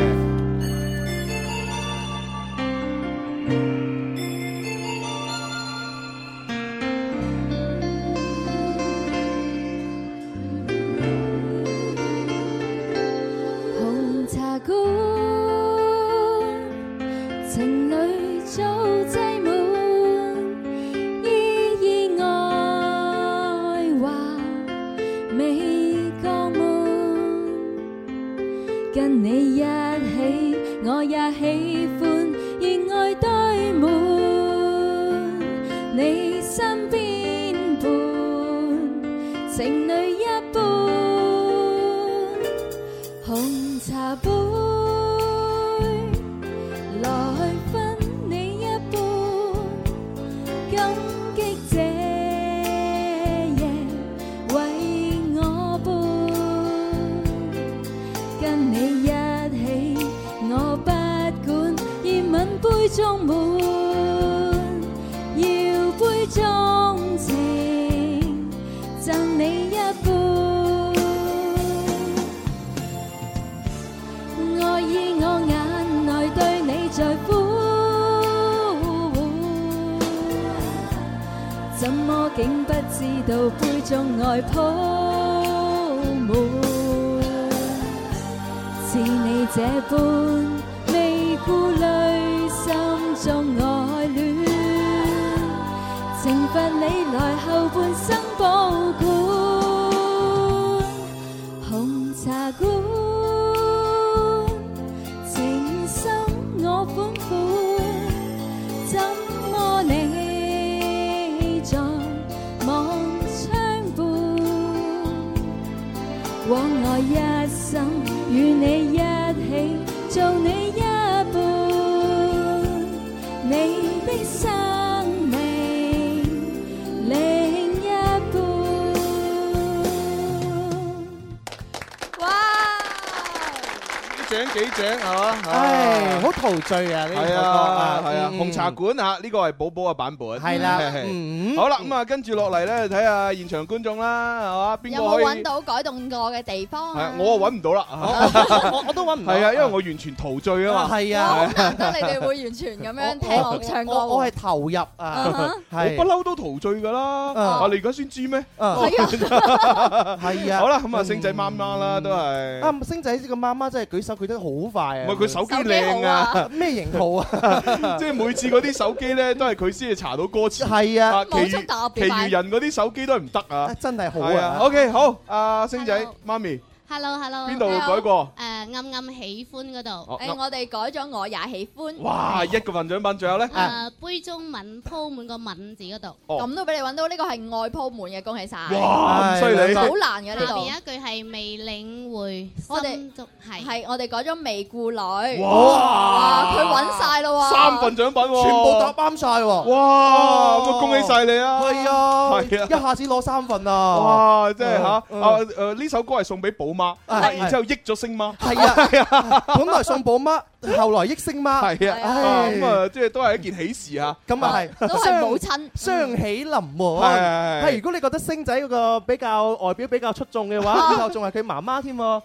S11: 紅茶館，情侶早擠滿，依依愛話未降滿。跟你一起，我也喜歡，熱愛堆滿你身邊伴，情侶一般。紅茶杯，來分你一杯，感激這夜為我伴，跟你一起，我不管，熱吻杯中滿，搖杯中情，贈竟不知道杯中愛鋪滿，似你這般未顧慮心中愛戀，懲罰你來後半生保管紅茶館，情深我款款。怎麼你在望窗畔？枉我一生與你一起做你一半，你的生命另一半。
S6: 幾正幾正係嘛？
S7: 唉，好陶醉啊！呢
S6: 系
S7: 首歌
S6: 啊，系啊，
S7: 嗯
S6: 紅茶館啊，呢個係寶寶嘅版本。
S7: 係啦
S6: 係係
S7: 嗯
S6: 好啦，咁啊，跟住落嚟咧，睇下現場觀眾啦，係嘛？邊
S1: 有
S6: 個可
S1: 冇
S6: 以
S1: 揾？到改動過嘅地方
S6: 係啊
S1: 啊？
S6: 我啊揾唔到啦，
S7: 我我都揾唔到
S6: 係啊，因為我完全陶醉啊嘛。
S7: 係
S1: 好
S7: 啊
S1: 難得你哋會完全咁樣聽我唱歌喎。
S7: 我我係投入啊，
S6: 我
S7: 係
S6: 不嬲都陶醉噶啦，啊你而家先知咩？
S7: Ờ. 係啊
S6: 好啦，咁啊，星仔媽媽啦，都係。
S7: 啊，星仔呢個媽媽真係舉手舉得好快啊！
S6: 唔係佢手機靚啊，
S7: 咩型號啊？
S6: 即係每次嗰啲手機咧，都係佢先至查到歌詞。
S7: 係啊
S6: 其
S7: 冇
S6: 餘
S7: 速度
S6: 其
S7: 變快
S6: 餘人嗰啲手機都係唔得啊。
S7: 真係好
S6: 係
S7: 啊
S6: 啊！OK，好，阿星仔媽咪，
S8: Hello Hello，
S6: 邊度改過
S8: 誒暗暗喜歡嗰度
S6: 哦，暗誒我
S8: 哋改咗我也
S1: dạ
S8: 喜歡
S6: 哇，一個混獎品，仲有咧，
S8: 誒杯中吻鋪滿個吻字嗰度，
S6: 哦
S1: 咁都俾你揾到，呢個係愛鋪滿嘅，恭喜晒！
S6: 啊哇咁犀利
S1: 好難嘅呢
S8: 下
S1: 度
S8: 邊。一句係未領會
S1: 我哋
S8: 心中係
S1: 係我哋改咗未顧慮。
S6: 哇
S1: 哇佢揾晒咯喎！
S6: 三份獎品喎，
S7: 全部答啱晒喎！
S6: 哇咁啊恭喜晒你啊
S7: 係啊，
S6: 係啊
S7: 一下子攞三份啊！
S6: 哇！真係嚇啊
S7: 嗯
S6: 誒呢首歌係送俾寶媽，啊然之後益咗星媽，
S7: 係啊，本來送寶媽，後來益星媽，
S6: 係啊，啊
S7: 唉
S6: 咁啊，即係都係一件喜事啊！
S7: 咁啊係，
S1: 都係
S7: 雙
S1: 母親
S7: 雙喜臨門。
S6: 係係係
S7: 係如果你覺得星仔嗰個比較外表比較出眾嘅話，以後仲係佢媽媽添喎。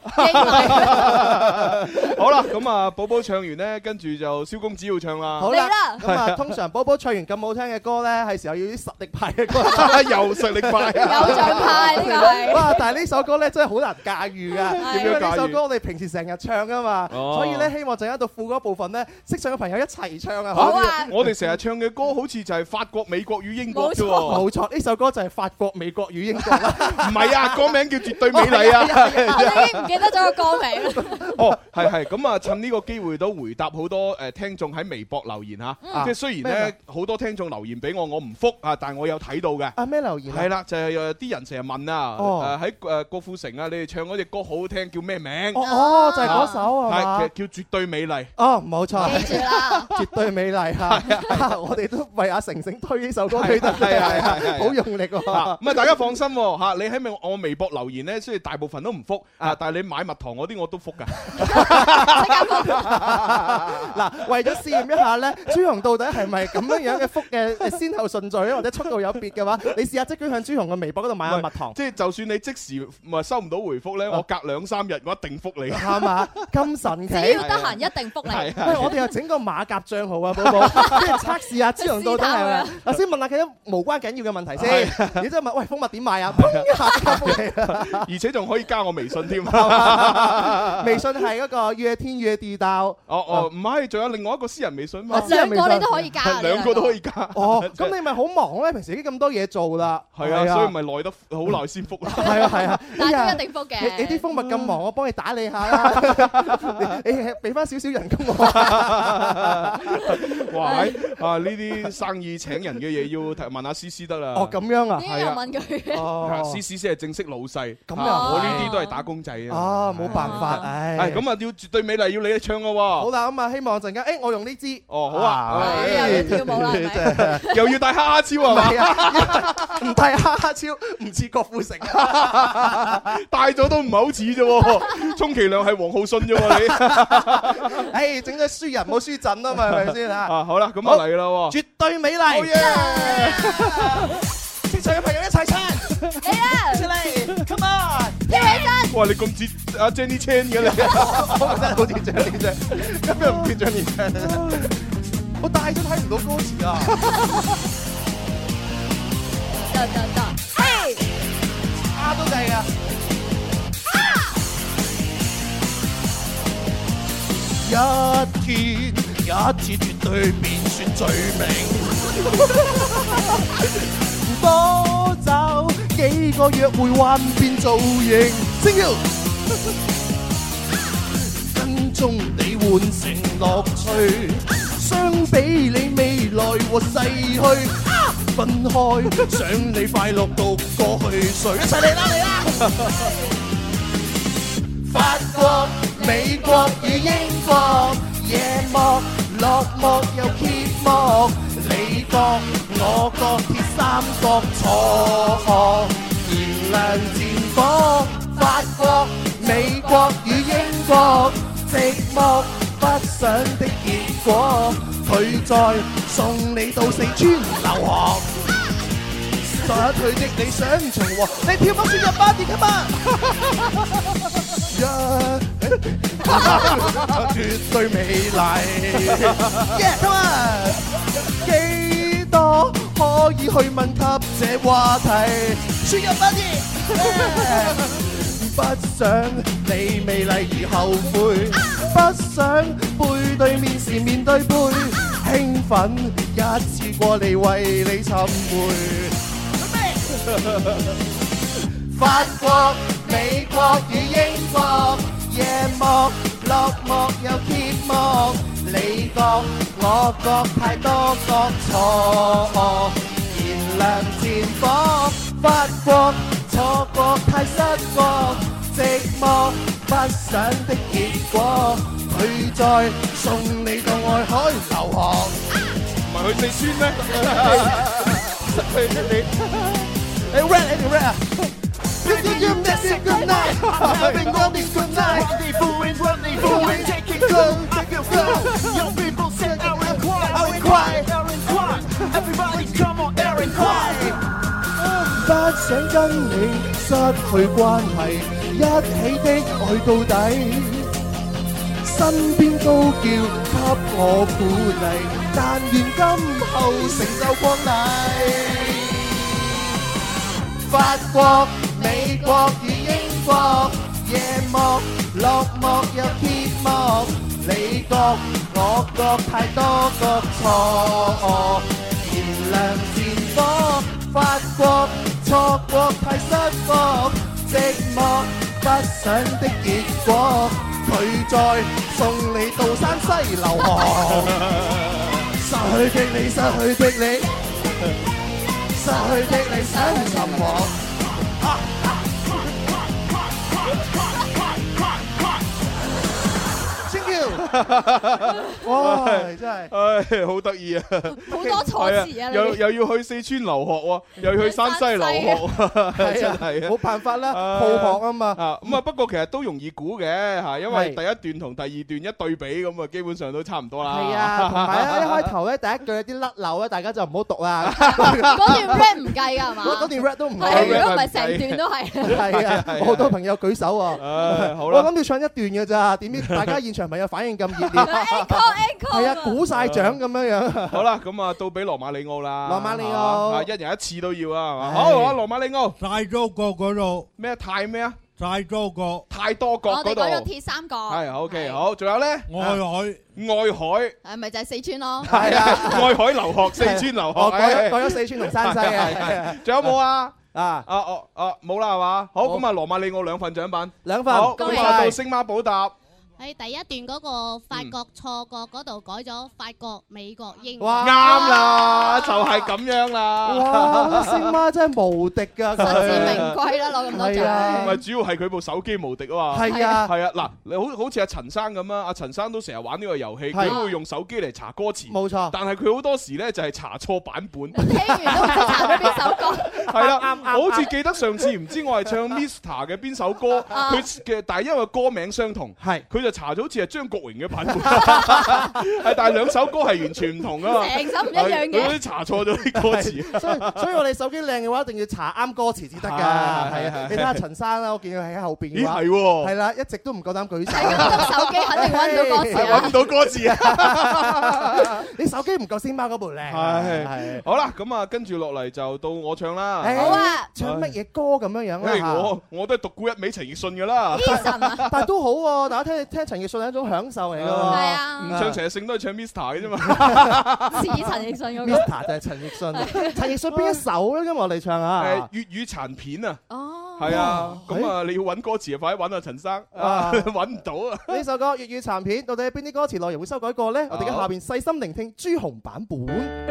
S6: 好啦，咁啊，寶寶唱完咧，跟住就蕭公子要唱啦。
S7: 好啦，咁
S6: 係
S7: 啊，通常寶寶唱完咁好聽嘅歌咧，係時候要啲實力派嘅歌，
S6: 又實力派
S7: 有
S6: 獎
S1: 派呢個係
S7: 哇！但係呢首歌咧真係好難駕馭㗎，
S6: 係
S7: 因
S6: 點樣
S7: 為呢
S6: 駕
S7: 首
S6: 馭
S7: 歌我哋平時成日唱㗎嘛，
S6: 哦
S7: 所以咧希望陣間到副歌部分咧，識唱嘅朋友一齊唱啊！
S6: 嚇
S7: 可以
S6: 我哋成日唱嘅歌好似就係法國、美國與英國啫喎。
S7: 冇錯，呢首歌就係法國、美國與英國 啦。
S6: 唔係 啊，歌名叫絕對美麗啊！
S1: Ờ, 我已經唔記得咗個歌名啦。
S6: 哦，係係，咁啊，趁呢個機會都回答好多誒聽眾喺微博留言嚇，
S7: 嗯啊
S6: 即係雖然咧好多聽眾留言俾我，我唔覆啊，但我有睇到嘅。
S7: 啊咩留言啊？
S6: 係啦，就係誒啲人成日問啊，誒喺誒郭富城啊，你哋唱嗰只歌好好聽，叫咩名？
S7: 哦哦就係嗰首係嘛
S6: 係其實叫絕對美麗。
S7: 哦，冇錯，記住啦，絕對美麗嚇！啊 我哋都為阿成成推呢首歌推得
S6: 係係係係
S7: 好用力
S6: 啊
S7: 喎。
S6: 咁啊，大家放心喎 嚇，你喺我微博留言咧，雖然大部分都唔覆啊，但係你買蜜糖嗰啲我都覆㗎。
S7: 嗱，為咗試驗一下咧，朱紅到底係咪咁樣樣嘅覆嘅誒先後順序咧，啊或者速度有別嘅話，你試下即管向朱紅嘅微博嗰度買下蜜糖。
S6: 即係就算你即時唔係收唔到回覆咧，我隔兩三日我一定 覆你。
S7: 係嘛？咁神奇！
S1: 只要得閒一定覆
S6: 係
S1: 你。
S7: 喂，我哋又整個馬甲帳號啊，寶 寶，即係測試下朱紅到底係咪
S1: 試探佢？
S7: 嗱，先問下佢啲無關緊要嘅問題先，然之後問喂蜂蜜點 買啊？砰一下就覆你啦。
S6: 而且仲可以加我微 信添。
S7: 微信係嗰個越天越地道。
S6: 哦哦，唔係，仲有另外一個私人微信嘛
S7: 啊？私人微信兩個你都
S1: 可以加
S6: 係兩個都可以加。
S7: 哦，咁你咪好忙咧？平時已經咁多嘢做啦。
S6: 係啊，所以咪耐得好耐先覆啦。
S7: 係啊係 啊，
S1: 但
S7: 哎呀
S1: 係都一定覆嘅
S7: 你你啲蜂蜜咁忙，我幫你打理 下啦。你你俾翻少少人工我。哎
S6: 哇！喺啊呢啲生意請人嘅嘢要提問下思思得啦。
S7: 哦，咁樣啊，
S6: 係啊。
S1: 佢
S6: 啊
S7: 哦，
S6: 思思先係正式老細，
S7: 咁
S6: 啊
S7: 又係
S6: 我呢啲都係打工仔啊。
S7: 啊，冇辦法，
S6: 係
S7: 唉。
S6: 咁啊，要絕對美麗要你唱嘅喎。
S7: 好啦，咁啊，希望陣間，誒，我用呢支。
S6: 哦，好啊，
S7: 啊
S6: 哎
S7: 又要跳舞啦係咪
S6: 真係又要戴黑黑超啊，
S7: 係啊，唔戴黑黑超，唔似郭富城。啊
S6: 戴咗都唔係好似啫 喎，充其量係黃浩信啫喎你。
S7: 誒，整咗輸人冇輸陣啊嘛，係咪先啊？
S6: 啊，好啦，咁啊嚟啦喎，
S7: 絕對美麗。現場嘅朋友一齊唱，
S1: 嚟啦，
S7: 出嚟，Come on！
S1: 跳起身，
S6: 哇，你咁似
S7: 啊
S6: 阿 Jenny Chan 嘅你，
S7: 我真係好似 Jenny Chan，咁樣唔似 Jenny Chan。我戴咗睇唔到歌詞啊！
S1: 就得得得，嘿，
S5: 啊都正啊！
S9: 一天有一次絕對變説罪名。
S5: 多走幾個約會幻變造型，single
S9: 跟蹤你換成樂趣，
S5: 相比你未來和逝去，
S9: 分開想你快樂到過去水，一齊嚟啦嚟啦！
S5: 法國、美國與英國，夜幕落幕又揭幕，你國我國鐵三角錯，燃亮戰火。法國、美國與英國，寂寞不想的結果，佢再送你到四川留學。
S9: 打退的理想重和，
S5: 你跳翻轉入巴點噶嘛？
S9: 一絕對美麗。
S5: Yeah, come on！幾多可以去問及這話題？輸入巴點。不想你美麗而後悔，不想背對面時面對背，興奮一次過嚟為你尋回。法國、美國與英國，夜幕落幕又揭幕，你國我國太多國錯，燃亮戰火。法國錯過太失國，寂寞不想的結果，佢再送你到外海留學。
S9: 唔係去四川 咩？去你。
S5: 你 rap 你條 rap 啊！You you miss it good night, I've been on this good night. Rendezvous and rendezvous, we take it go, take it go. Young people sit out and quiet, out and quiet, out and quiet. Everybody come on, out and quiet. 不想跟你失去關係，一起的愛到底。身邊高叫給我鼓勵，但願今後成就光大。法國、美國與英國，夜幕落幕又揭幕，你國我國太多國錯，燃亮戰火。法國錯過太失國，寂寞不想的結果，佢再送你到山西流航。失去的你，失去的你。失去的理想尋獲。Thank you！哇，真係，
S6: 唉，好得意啊！
S1: 好多措辭
S6: 係
S1: 啊！
S6: 又
S1: 你
S6: 又要去四川留學喎，又要去山西留學，
S7: 係
S6: 真
S7: 啊
S6: 係啊
S7: 冇辦法啦，好學啊 嘛。
S6: 啊咁啊，不過其實都容易估嘅嚇，因為第
S7: 係
S6: 一段同第二段一對比咁啊，基本上都差唔多啦。
S7: 係啊，同埋咧一開頭咧第一句有啲甩漏咧，大家就唔好讀啦。
S1: 嗰段 rap 唔計㗎係嘛？
S7: 嗰嗰段 rap 都唔計
S1: 係，如果唔係成段都
S7: à,
S1: 係。
S7: 係啊，我好多朋友舉手喎。
S6: 好
S7: 我諗要唱一段嘅咋，點知大家現場朋友反應咁熱 烈。係
S1: 哦
S7: 啊，鼓晒獎咁樣樣。
S6: 好啦，咁啊，到俾羅馬里奧啦。
S7: 羅馬里奧
S6: 啊，一人一次都要啊，係嘛？好啊，羅馬里奧。
S12: 太多個嗰度
S6: 咩？太咩啊？
S12: 太多個，
S6: 太多個
S1: 我
S6: 嗰
S1: 哋
S6: 度。
S1: 講咗鐵三角，
S6: 係 OK，好，仲有咧？
S12: 外
S6: 海，外海。
S1: 係咪就係四川咯？
S6: 係啊，外海留學，四川留學。
S7: 哦改咗
S6: 哎
S7: 改咗四川同山西啊
S6: 係
S7: 係啊
S6: 仲有冇啊？
S7: 啊
S6: 啊哦啊冇啦係嘛？好咁啊，羅馬里奧兩份獎品，
S7: 兩
S8: 份
S6: 好
S8: 恭喜
S6: 咁啊，到星馬寶答。
S8: 喺第一段嗰個法國錯國嗰度改咗法國、美國、英國。
S6: 啱啦，就係咁樣啦。
S7: 哇！星媽真係無敵㗎，佢
S6: 實至名
S1: 歸啦攞咁多獎
S7: 係啊
S6: 唔係主要係佢部手機無敵啊嘛。
S7: 係啊
S6: 係啊，嗱，你好好似阿陳生咁啊，阿陳生都成日玩呢個遊戲，
S7: 係
S6: 佢會用手機嚟查歌詞。
S7: 冇錯
S6: 但係佢好多時咧就係查錯版 本。
S1: 聽完都唔知查咗邊首歌。
S6: 係啦，我好似記得上次唔知我係 唱 Mr 嘅邊首歌，
S1: 啊
S6: 佢嘅但係因為歌名相同，
S7: 係
S6: 佢就查咗好似係張國榮嘅版 本，係但係兩首歌係完全唔同啊，
S7: 成首唔一樣嘅
S6: 佢都查錯咗啲歌詞。
S7: 所以所以我哋手機靚嘅話，一定要查啱歌詞至得
S6: 係
S7: 㗎。係
S6: 係係
S7: 啊，你睇下陳生啦，我見佢喺後邊嘅話，
S6: 咦係喎
S7: 係啦，一直都唔夠膽舉手。
S1: 手機肯定揾唔到歌詞
S6: 係揾唔到歌詞啊
S7: 啊！你手機唔夠星巴嗰部靚。
S6: 係，好啦，咁啊，跟住落嚟就到我唱啦。啦。
S7: 誒好啊唱乜嘢歌咁樣樣啊啦
S6: 唉
S7: 嚇
S6: 我我都係獨孤一味陳奕迅噶啦。
S7: 啊但係都好喎，大家聽聽陳奕迅係一種享受嚟㗎喎。
S6: 唔唱陳奕迅都係唱 Mr 嘅啫嘛。
S1: 似陳奕迅嗰個
S7: Mr 就係陳 奕迅，陳奕迅邊一首咧？今日我哋唱
S6: 誒
S7: 啊。
S6: 粵語殘片啊，
S1: 哦
S6: 係啊，咁啊你要揾歌詞啊，快啲揾啊陳生，啊
S7: 啊
S6: 揾唔到啊。
S7: 呢首歌粵語殘片到底邊啲歌詞內容會修改過呢？我哋而家
S6: 好
S7: 下邊細心聆聽朱紅版
S1: 嗯
S7: 本。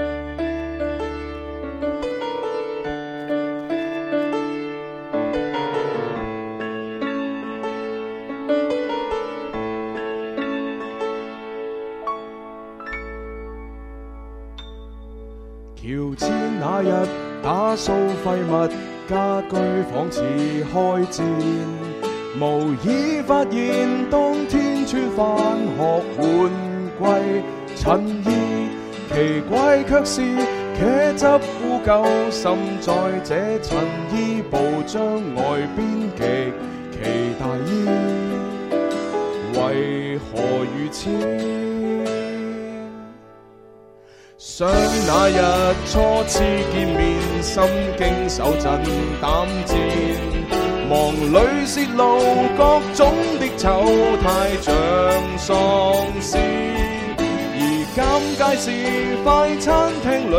S9: 喬遷那日打掃廢物，家居仿似開戰。無意發現當天穿返學換季襯衣，奇怪卻是茄汁污垢滲在這襯衣布將外邊極其大意，為何如此？想那日初次見面，心驚手震膽戰，忙裏泄露各種的醜態，像喪屍。而尷尬是快餐廳裏，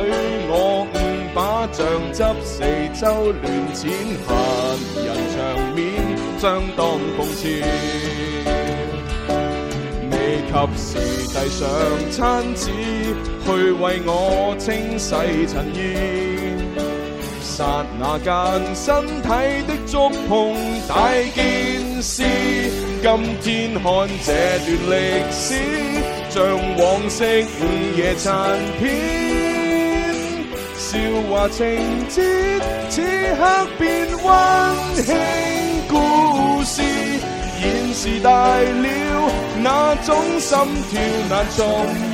S9: 我誤把醬汁四周亂濺，閒人場面相當諷刺。未及時遞上餐紙，去為我清洗襯衣。剎那間，身體的觸碰大件事。今天看這段歷史，像往昔午夜殘片，笑話情節，此刻變溫馨故事。現時大了，那種心跳難重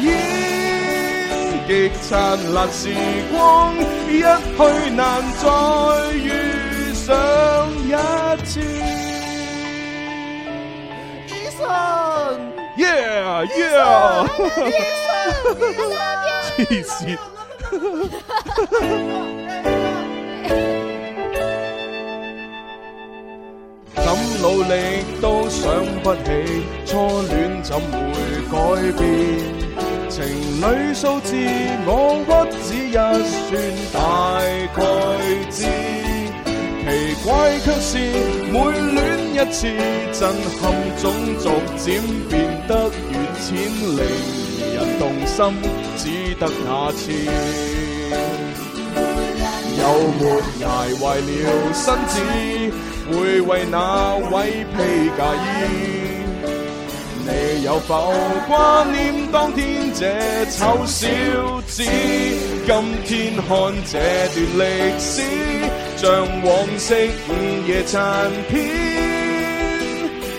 S9: 演。極燦爛時光，一去難再遇上一次。
S7: Eason，
S6: Yeah yeah，
S9: 黐線。
S6: 怎努力都想不起，初戀怎會改變？情侶數字我屈指一算，大概知。奇怪卻是每戀一次，震撼總逐漸變得遠淺，令人動心，只得那次。有沒捱壞了身子，會為那位披嫁衣？你有否掛念當天這醜小子？今天看這段歷史，像往昔午夜殘片。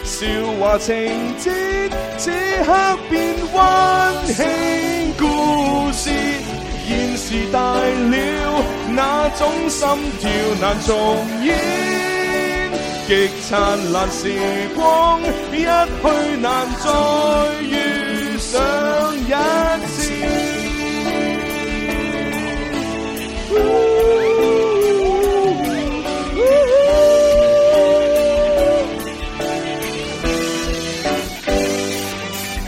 S6: 笑話情節，此刻變溫馨故事。現時大了，那種心跳難重演。極燦爛時光，一去難再遇上一次。在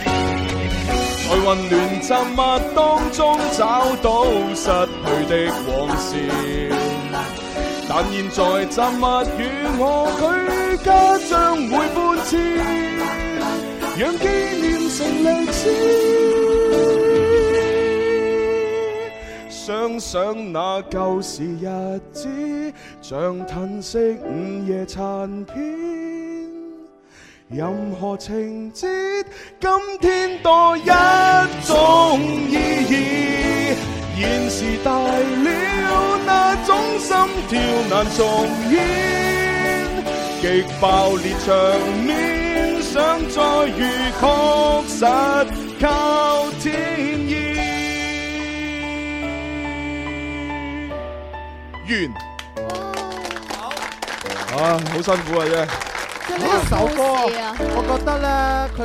S6: 混亂雜物當中找到失去的往事，但現在雜物與我舉家將會搬遷，讓紀念成歷史。想想那舊時日子，像褪色午夜殘片。任何情節，今天多一種意義。現時大了，那種心跳難重演。極爆裂場面，想再遇確實靠天意。完。啊，好辛苦啊真係。
S7: 即係呢首歌，
S1: 故事啊
S7: 我覺得咧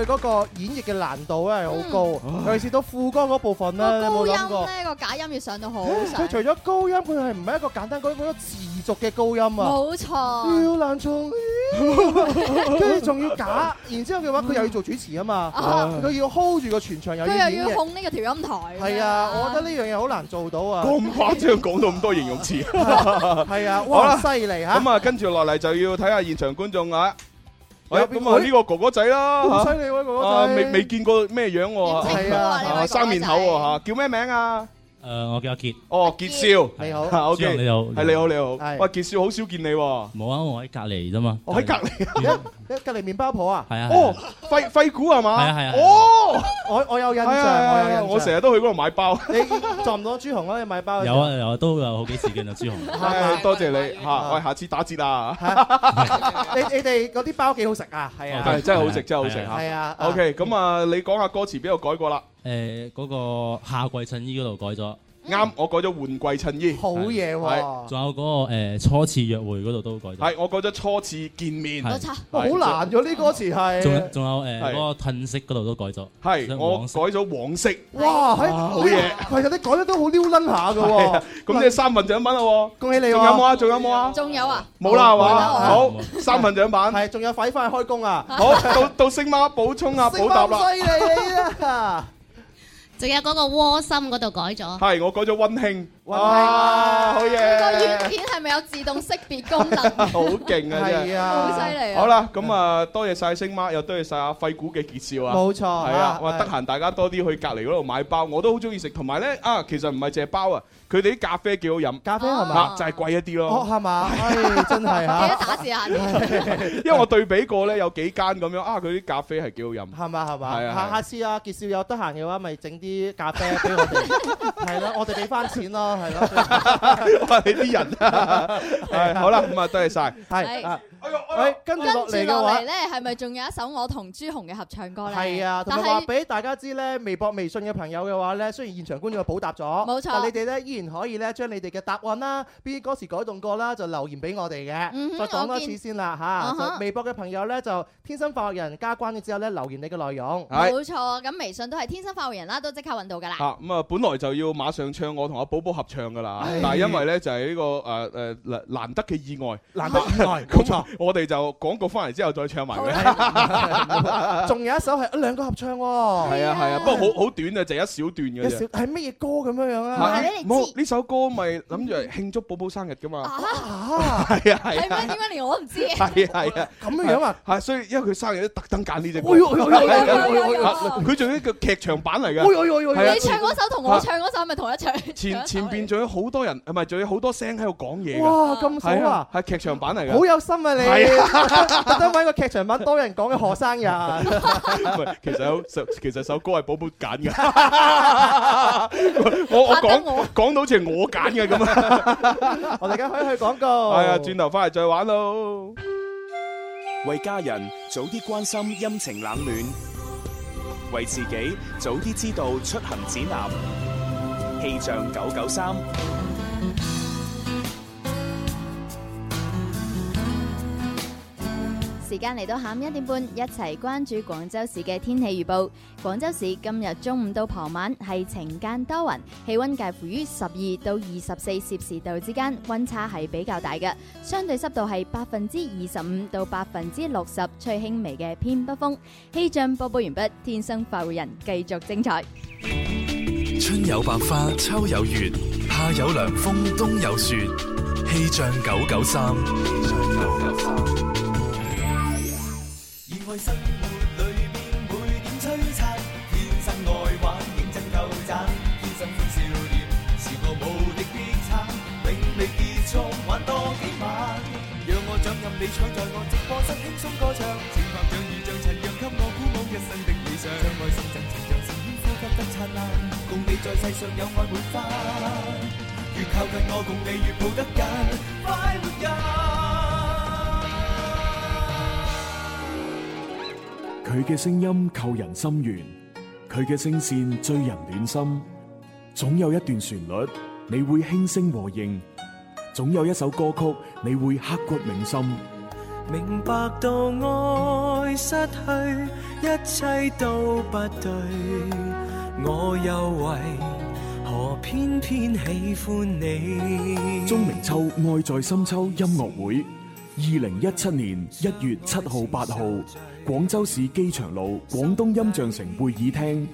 S7: 佢嗰個演繹嘅難度咧係好高，尤其是到副歌嗰部分咧，你
S1: 嗯
S7: 有
S1: 高
S7: 冇
S1: 音
S7: 諗過？
S1: 咧個假音要上到好上
S7: 佢，除咗高音，佢係唔係一個簡單高音，佢一個持續嘅高音啊！
S1: 冇錯。
S7: 要難從，跟住仲要假，然之後嘅話佢又要做主持啊嘛，
S1: 啊
S7: 佢要 hold 住個全場又要
S1: 哦佢又
S7: 演
S1: 要
S7: 嘅，
S1: 控呢個調音台。
S7: 係啊，我覺得呢樣嘢好難做到啊！
S6: 咁誇張講到咁多形容詞，
S7: 係啊哇
S6: 好啦
S7: 犀利嚇
S6: 咁啊，跟住落嚟就要睇下現場觀眾啊！喂，
S7: 有邊
S6: 咁啊呢個哥哥仔啦，
S7: 好
S6: 嚇
S7: 犀利喎哥哥仔
S6: 啊未未見過咩樣喎，
S7: 點稱呼啊呢位哥哥仔
S6: 生哦面口喎嚇，叫咩名啊？
S13: 誒，我叫阿傑。
S6: 哦，傑少，
S13: 你 好
S6: 啊
S13: 朱
S6: ，OK，
S13: 紅你好
S6: 係你好你好，
S7: 係
S6: 喂，傑少好少見你喎，
S13: 冇啊，我喺隔離啫嘛。
S6: 我喺隔離，
S7: 一隔離麵包鋪啊，
S13: 係啊
S6: 哦，廢廢股係嘛？
S13: 係啊係啊
S6: 哦，
S7: 我我有印象，
S6: 係啊
S7: 我有
S6: 係啊
S7: 印象，
S6: 我成日都去嗰度買包。
S7: 你撞唔到朱紅啊？你買包嘅時
S13: 有
S7: 候
S13: 啊有啊，都有好幾次見到朱紅。
S6: 唉多謝你嚇，喂，下次打折啊！
S7: 你你哋嗰啲包幾好食啊？係啊，
S6: 係真係好食，真係好食嚇。
S7: 係啊。啊
S6: OK，咁啊，你講下歌詞邊度改過啦？
S13: 誒，嗰個夏季襯衣嗰度改咗。
S6: 啱，我改咗換季襯衣。好
S7: 嘢
S6: 喎！
S13: 仲有嗰個誒初次約會嗰度都改咗。
S6: 係，我改咗初次見面。
S13: 冇錯
S7: 哇好難咗呢歌詞
S13: 仲有
S7: 係。
S13: 仲有誒
S6: 係
S13: 嗰個褪色嗰度都改咗。
S6: 係，我改咗黃色。
S7: 哇！喺
S6: 好嘢！
S7: 其實你講得都好撩撚下嘅
S6: 係
S7: 喎
S6: 啊。 咁即係三份獎品啦喎！
S7: 恭喜你喎！
S6: 仲有冇啊？仲有冇啊？
S1: 仲有啊？
S6: 冇啦係嘛？好
S7: 冇啦，
S6: 三份獎品。
S7: 係，仲有快翻去開工啊！
S6: 好，到到星媽補充 啊，補答啦。
S7: 犀利你啊！
S8: 仲有嗰個窩心嗰度改咗。
S6: 係，我改咗温馨。
S7: 哇！
S6: 好
S1: 佢個
S6: 嘢！
S1: 軟件係咪有自動識別功 能？
S6: 好勁啊！真
S7: 係
S6: 係
S7: 啊
S1: 好犀利啊
S6: 好啦，咁啊，多謝晒星媽，又多謝晒阿費古嘅介紹啊！
S7: 冇錯
S6: 係
S7: 啊
S6: 啊！哇，
S7: 係
S6: 得閒大家多啲去隔離嗰度買包，我都好中意食。同埋咧啊，其實唔係淨係包啊，佢哋啲咖啡幾好飲。
S7: 咖啡係嘛
S6: 啊就啊係貴一啲
S7: 哦，
S6: 咯。
S7: 係嘛？唉，真 係
S1: 記得
S7: 嚇，
S1: 打字啊下先。
S6: 因為我對比過咧，有幾間咁樣啊，佢啲咖啡係幾好 飲。
S7: 係嘛係嘛？
S6: 係啊係
S7: 下
S6: 啊
S7: 下次啊，傑少有得閒嘅話，咪整啲咖啡俾我 哋。係咯，我哋俾翻錢咯，係咯。
S6: 哇！你啲人啊， 係好啦，咁啊，多謝晒。
S7: 係啊。
S1: 哎
S7: 喂，跟
S1: 跟
S7: 住
S1: 住落
S7: 落嚟嘅話
S1: 嚟。咧，係咪仲有一首我同朱紅嘅合唱歌咧？
S7: 係啊，同
S1: 但
S7: 埋話
S1: 係
S7: 俾大家知咧，微博、微信嘅朋友嘅話咧，雖然現場觀眾係補答咗，
S1: 冇錯
S7: 但你哋咧依然可以咧將你哋嘅答案啦，邊啲歌詞改動過啦，就留言俾我哋嘅。
S1: 嗯哼
S7: 再講多
S1: 我
S7: 次
S1: 見
S7: 先啦
S1: 啊
S7: 嚇，
S1: 哈
S7: 就微博嘅朋友咧就天生化學人加關咗之後咧留言你嘅內容。
S1: 冇錯，咁微信都係天生發育人啦，都即刻揾到㗎啦。
S6: 啊咁啊，本來就要馬上唱我同阿寶寶合唱噶啦
S7: 唉，
S6: 但係因為咧就係呢個啊誒誒難難得嘅意外，
S7: 難得意 外
S6: 冇錯，我哋就廣告翻嚟之後再唱埋佢。係
S7: 仲有一首係兩個合唱喎，
S6: 啊係啊，不過好好短啊，就一小段嘅
S7: 一小
S6: 啫。
S7: 係乜嘢歌咁樣樣
S6: 嚇
S7: 啊？
S6: 冇呢首歌咪諗住嚟慶祝寶寶生日噶嘛？
S7: 啊，
S6: 係啊
S1: 係
S6: 係啊
S1: 咩？點解連我都唔知嘅？
S6: 係啊係啊，
S7: 咁樣啊？
S6: 係，所以因為佢生日都特登揀呢只歌，
S7: 哎呦哎呦哎呦哎呦哎呦
S6: 啊佢仲有一個劇場版嚟嘅。
S7: 哎呦哎呦哎
S6: 係啊
S1: 你唱嗰首同我唱嗰首係咪同一唱？
S6: 前前邊仲有好多人，唔係仲有好多聲喺度講嘢㗎
S7: 哇咁爽啊
S6: 係係劇場版嚟㗎，
S7: 好有心啊你，
S6: 係
S7: 特登揾個劇場版多人講嘅何 生人。
S6: 唔係，其實有首其實首歌係寶寶揀㗎， 我我講講到好似係我揀嘅咁啊，
S7: 我哋而家可以去廣告。
S6: 係啊，轉頭翻嚟再玩咯。
S14: 为家人早啲关心阴晴冷暖，为自己早啲知道出行指南。气象九九三，
S1: 時間嚟到下午一點半，一齊關注廣州市嘅天氣預報。廣州市今日中午到傍晚係晴間多雲，氣温介乎於十二到二十四攝氏度之間，温差係比較大嘅。相對濕度係百分之二十五到百分之六十，吹輕微嘅偏北風。氣象播報完畢，天生快活人繼續精彩。
S2: 春有百花，秋有月，夏有涼風，冬有雪。氣象九九三，
S9: 热爱生活里面每點璀璨，天生愛玩，認真夠讚，天生歡笑臉，是我無敵必撐，永未結束，玩多幾晚，讓我掌任你搶在我直播室輕鬆歌唱，請拍掌與像塵揚，給我鼓舞一生的理想，將愛心贈情，讓聲音呼吸得燦爛，共你在世上有愛滿花，越靠近我，共你越抱得緊，快活人。
S3: 佢嘅聲音扣人心弦，佢嘅聲線醉人暖心。總有一段旋律，你會輕聲和應；總有一首歌曲，你會刻骨銘心。
S4: 明白到愛失去，一切都不對，我又為何偏偏喜歡你？
S3: 钟明秋愛在深秋音樂會，二零一七年一月七號、八號，廣州市機場路廣東音像城會議廳，